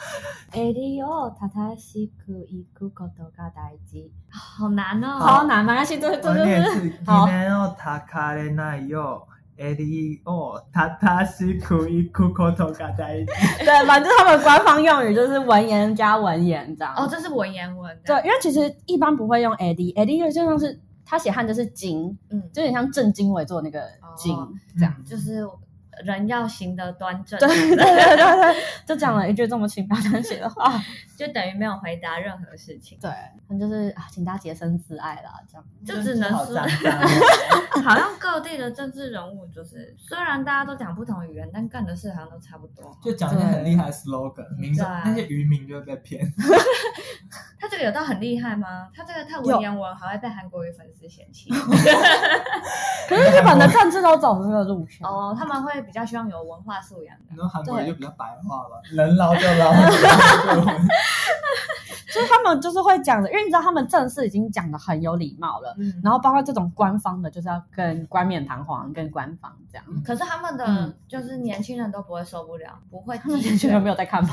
S4: 襟を正しく行くことが大事。
S3: 好难哦。
S4: 超难，没关系，这这
S2: 我
S4: 就
S2: 念一
S4: 是
S2: 次，
S4: 好
S2: 今年哦，塔卡雷奈哟，エリ哦，塔塔西库伊库口头嘎 在一起。
S4: 对，反正他们官方用语就是文言加文言这样。
S3: 哦，这是文言文。
S4: 对，，因为其实一般不会用 a d a d 就像是他写汉字是经，
S3: 嗯，
S4: 就有点像正经为做那个经、
S3: 哦
S4: 这样。
S3: 就是人要行得端正，
S4: 对对对对对，就讲了一句这么轻描淡写的话。
S3: 就等于没有回答任何事情，
S4: 对，那就是啊，请大家洁身自爱啦，这样。
S3: 就只能
S2: 嗯好
S3: 说，
S2: 脏脏哦
S3: 好像各地的政治人物就是，虽然大家都讲不同语言，但干的事好像都差不多。
S2: 就讲一些很厉 害的 slogan，民众
S3: 对啊
S2: 那些渔民就会被骗。
S3: 他这个有到很厉害吗？他这个太文言文，还会被韩国语粉丝嫌 弃。
S4: 可是日本的政治都走这个路线。
S3: 哦，他们会比较希望有文化素养的
S2: 你。说韩国人
S4: 对
S2: 就比较白话了，人捞就捞。 对
S4: 就是他们就是会讲的，因为你知道他们正式已经讲的很有礼貌了，
S3: 嗯，
S4: 然后包括这种官方的，就是要跟冠冕堂皇，跟官方这样。
S3: 可是他们的
S4: 嗯
S3: 就是年轻人都不会受不了，不 会
S4: 他们
S3: 记
S4: 年轻人
S3: 得
S4: 没有在看吗？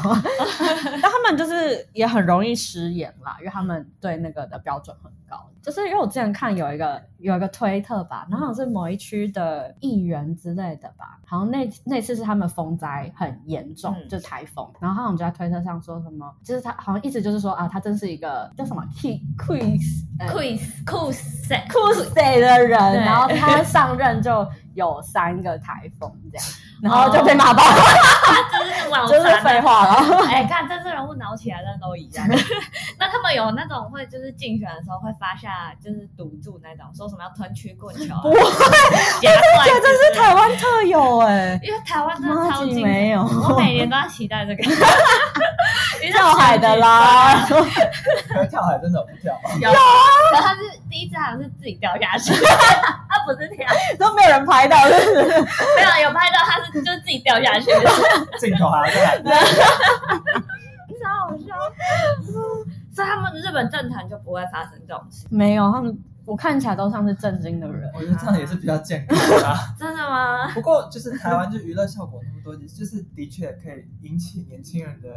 S4: 但他们就是也很容易失言啦，因为他们对那个的标准很高。就是因为我之前看有一个有一个推特吧，然后好像是某一区的议员之类的吧，好像那那次是他们风灾很严重，
S3: 嗯
S4: 就台风，然后他们就在推特上说什么，就是他好像一直就是说啊，他真是一个叫什么 key quiz 呃
S3: quiz quiz，
S4: 酷死的人，
S3: 对
S4: 然后他上任就有三个台风这 样，然后就被骂爆，
S3: 哦这是网
S4: 就是废话了。
S3: 哎，看政治人物脑起来真的都一样。那他们有那种会就是竞选的时候会发下就是赌注那种，说什么要吞曲棍球、啊，
S4: 不会，
S3: 假怪
S4: 这真是
S3: 之类的
S4: 台湾特有哎、
S3: 因为台湾真的
S4: 妈
S3: 超
S4: 吉
S3: 精
S4: 没有
S3: 我每年都要期待这个。你知
S4: 跳
S3: 道
S4: 海的啦，
S3: 啊
S2: 对跳海真的有不跳吗？
S3: 有，可是他是第一次好像是自己掉下去， 他不是跳，
S4: 都没有人拍到，就是
S3: 没有有拍到他是就是自己掉下去，
S2: 镜头还要再来。
S3: 超好笑。嗯所以他们日本政坛就不会发生这种事，
S4: 没有他们，我看起来都像是震惊的人。
S2: 我觉得这样也是比较健康的啊。
S3: 真的吗？
S2: 不过就是台湾就娱乐效果那么多，就是的确可以引起年轻人的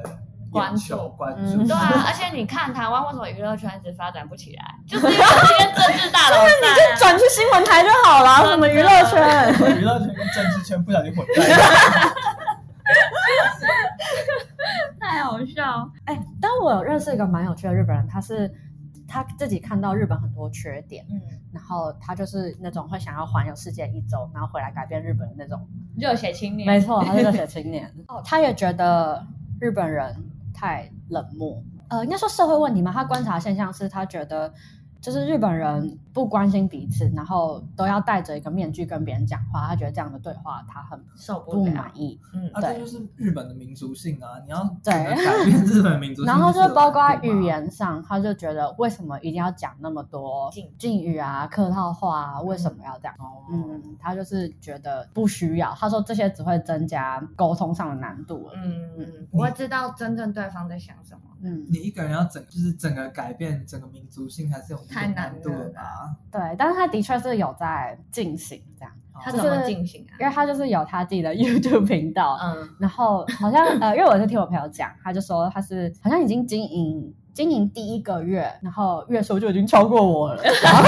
S2: 眼球关注。
S4: 嗯
S3: 对啊，而 且你看台湾为什么娱乐圈子发展不起来，就是因为这些政治大佬在啊、
S4: 转去新闻台就好了，什么娱乐 圈？
S2: 娱乐圈跟政治圈不小心混在一起，
S3: 太好笑。
S4: 哎、但我有认识一个蛮有趣的日本人，他是他自己看到日本很多缺点，
S3: 嗯，
S4: 然后他就是那种会想要环游世界一周，然后回来改变日本的那种
S3: 热血青年，
S4: 没错，他是热血青年。哦，他也觉得日本人太冷漠。呃，应该说社会问题嘛，他观察现象是他觉得。就是日本人不关心彼此，然后都要戴着一个面具跟别人讲话，他觉得这样的对话他很
S3: 受
S4: 不
S3: 不了
S4: 满。意。
S3: 嗯，
S2: 啊，这就是日本的民族性啊！你要
S4: 对
S2: 改变日本民族 性，
S4: 然后
S2: 是有
S4: 就包括
S2: 难度嘛
S4: 语，言上，他就觉得为什么一定要讲那么多
S3: 敬
S4: 敬语啊、客套话啊，为什么要这样？
S2: 哦，
S4: 嗯，他就是觉得不需要。他说这些只会增加沟通上的难度而已。
S3: 嗯，不会知道真正对方在想什么。
S4: 嗯，
S2: 你一个人要整就是整个改变整个民族性，还是有一定
S3: 太难
S2: 难度的
S3: 了
S2: 吧？
S4: 对，但是他的确是有在进行这样，
S3: 他
S4: 就
S3: 怎
S4: 是
S3: 么进行
S4: 因
S3: 啊？
S4: 为他就是有他自己的 YouTube 频道，
S3: 嗯，
S4: 然后好像呃，因为我是听我朋友讲，他就说他是好像已经经营 经营第一个月，然后月收就已经超过我了，然后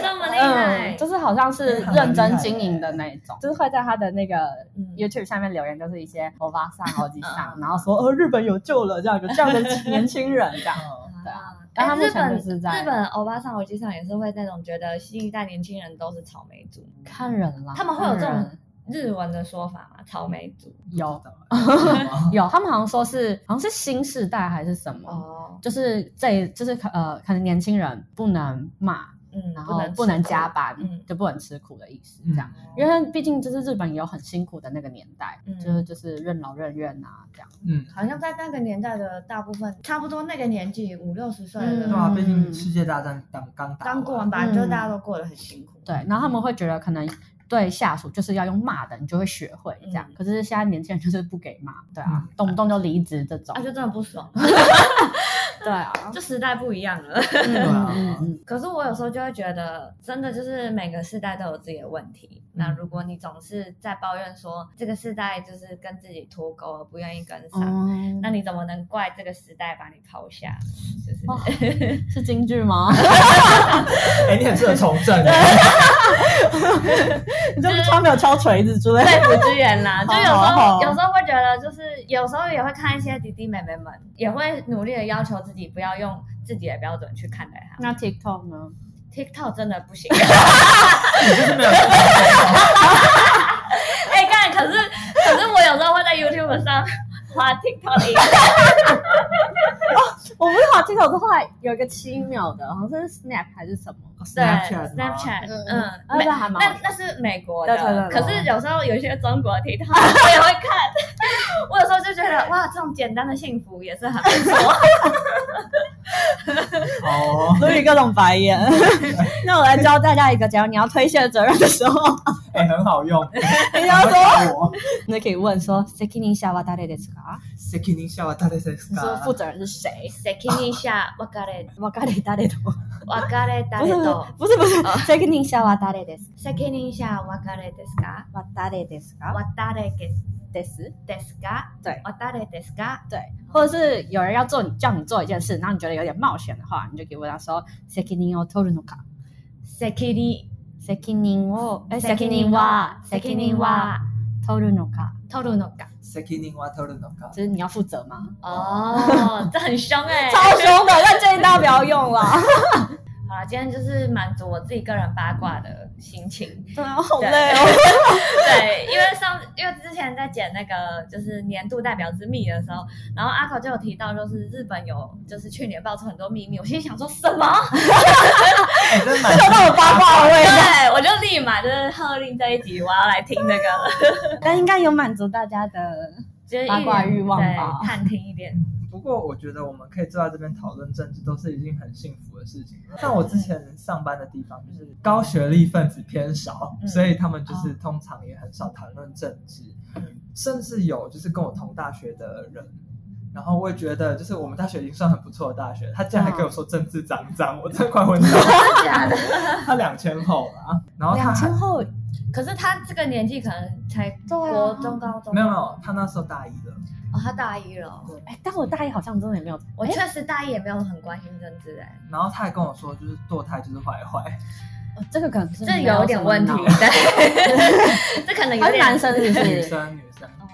S3: 这么
S1: 厉害
S4: 嗯，就是好像是认真经营的那一种，就是会在他的那个
S1: 嗯
S4: YouTube 下面留言，就是一些欧巴桑、欧吉桑，然后说呃日本有救了，这样有这样的年轻人这样。 对啊但他目
S1: 日
S4: 前
S1: 本
S4: 就是在
S1: 日本欧巴桑，我际上也是会那种觉得新一代年轻人都是草莓族，
S4: 看人啦，
S1: 他们会有这
S4: 看
S1: 种
S4: 人
S1: 日文的说法嘛？草莓族
S4: 有
S2: 哦
S4: 有，他们好像说是好像是新世代还是什么，
S1: 哦，
S4: 就是这就是可呃可能年轻人不能骂，
S1: 嗯，
S4: 然后
S1: 吃
S4: 不能
S1: 苦
S4: 加班，
S1: 嗯，
S4: 就不能吃苦的意思，
S2: 嗯
S4: 这样。因为毕竟就是日本也有很辛苦的那个年代，
S1: 嗯
S4: 就是就是任劳任怨啊这样。
S2: 嗯，
S1: 好像在那个年代的大部分，差不多那个年纪五六十岁的
S4: 嗯
S2: 对
S1: 人，
S2: 啊，毕竟世界大战刚刚打
S1: 刚过完吧，
S4: 嗯
S1: 就大家都过得很辛苦。
S4: 对，然后他们会觉得可能对下属就是要用骂的，你就会学会这样。
S1: 嗯
S4: 可是现在年轻人就是不给骂，对啊，
S2: 嗯
S4: 动不动就离职这种
S1: 啊，。就真的不爽，
S4: 对啊，
S1: 就时代不一样了。
S4: 嗯
S2: 啊
S4: 嗯嗯
S1: 可是我有时候就会觉得，真的就是每个世代都有自己的问题。
S3: 嗯
S1: 那如果你总是在抱怨说这个世代就是跟自己脱钩而不愿意跟上，
S3: 哦
S4: 嗯，
S1: 那你怎么能怪这个时代把你抛下呢？就是、
S4: 哦是京剧吗？
S2: 哎，你很适合从政耶，
S4: 你就是他没有敲锤子之类
S1: 对不支援啊啦，就有时候
S4: 哦好好好
S1: 有时候会觉得，就是有时候也会看一些弟弟妹妹们，也会努力的要求自己不要用自己的标准去看待他们。
S4: 那 TikTok 呢？
S1: TikTok 真的不行，
S2: 你就是没有从政。
S1: 哎、干！可是可是我有时候会在 YouTube 上发 TikTok 的影片
S4: 我不是滑 TikTok，是后来有一个七秒的，好像是 Snap 还是什么，
S1: 对
S2: Snapchat 吗
S1: Snapchat，
S4: 嗯
S1: 嗯，
S4: 那个还蛮好
S1: 那
S4: 看
S1: 那是美国
S4: 对对
S1: 的，
S4: 对对
S1: 可是有时候有一些中国的 TikTok 我也会看， 我有时候就觉得哇，这种简单的幸福也是很不错。
S2: 哦，
S4: 所以各种白眼。 那我来教大家一个，假如你要推卸责任的时候，
S2: 哎，很好用。
S4: 你要说。
S2: 我
S4: 你就可以问说 “Sekining s h a w a d a r e d e s k a
S2: ，Sekining 下大概是
S4: 你说负责人是 谁
S1: Sekin 一下，我嘎嘞，
S4: w a k a r e d a r e d
S1: 我嘎嘞，打
S4: 不
S1: 嘞
S4: 是
S1: 都。
S4: 不是不是 “Sekining s h a w a d a r e d e s
S1: Sekin 一下，我嘎嘞ですか？
S4: w a d a r e d e s k a
S1: 我打嘞给
S4: d e s
S1: ですか？
S4: 对
S1: 我打嘞ですか？
S4: 对，或者是有人要做你叫你做一件事，然后你觉得有点冒险的话，你就可以问他说 “Sekining o toru no ka”。
S1: Sekin
S4: Sekining o 哎
S1: Sekining
S4: Sekining wa
S1: wa Sekin
S4: Sekining wa
S1: wa
S4: toru no ka，
S1: toru no ga。
S2: Sekining wa t o r u n o k a
S4: 就是你要负责吗？
S1: 哦， 这很凶哎。
S4: 超凶的，但建议大家不要用了。
S1: 好了，今天就是满足我自己个人八卦的心情。
S4: 对啊，好
S1: 对
S4: 累哦。
S1: 对，因为上因为之前在剪那个就是年度代表之秘的时候，然后阿口就有提到，就是日本有就是去年爆出很多秘密，我心里想说什么？
S2: 哎，真的蛮
S4: 找到我八卦的味道，
S1: 对，我就立马就是喝令这一集，我要来听 那个，
S4: 但应该有满足大家的
S1: 就是一
S4: 八卦欲望
S1: 对
S4: 吧，
S1: 探听一点。
S2: 嗯不过我觉得我们可以坐在这边讨论政治，都是已经很幸福的事情了。像我之前上班的地方，就是高学历分子偏少，
S1: 嗯
S2: 所以他们就是通常也很少谈论政治，甚至有就是跟我同大学的人。然后我也觉得，就是我们大学已经算很不错的大学，他竟然还跟我说政治脏脏，我真的快昏倒。他两千后吧，然后他
S4: 两
S2: 还
S4: 千后
S1: 可是他这个年纪可能 才
S4: 对啊
S1: 国中、高中，
S2: 没有没有，他那时候大一了。
S1: 哦，他大一了。
S4: 哎，但我大一好像真的也没有，
S1: 我
S4: 哎
S1: 确实大一也没有很关心政治哎，
S2: 然后他还跟我说，就是堕胎就是坏坏，
S4: 这个可能是
S1: 这
S4: 没有
S1: 有点问题， 对，这可能有
S4: 还是
S1: 点
S4: 男生是不 是？
S2: 女生女生，
S1: 哦。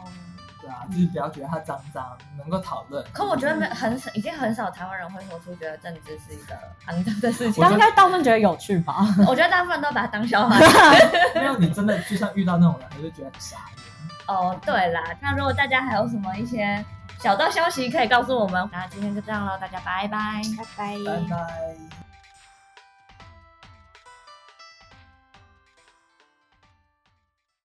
S2: 对啊，就是不要觉得他脏脏，能够讨论。
S1: 可我觉得没很少，已经很少台湾人会说出觉得政治是一个肮脏的事
S2: 嗯
S1: 情
S4: 大。家应该大部分觉得有趣吧？
S1: 我觉得大部分都把它当 笑话。
S2: 没有，你真的就像遇到那种人，你就觉得很傻眼。
S1: 哦，对啦，那如果大家还有什么一些小道消息可以告诉我们，那今天就这样喽，大家拜拜，拜拜
S2: 拜拜。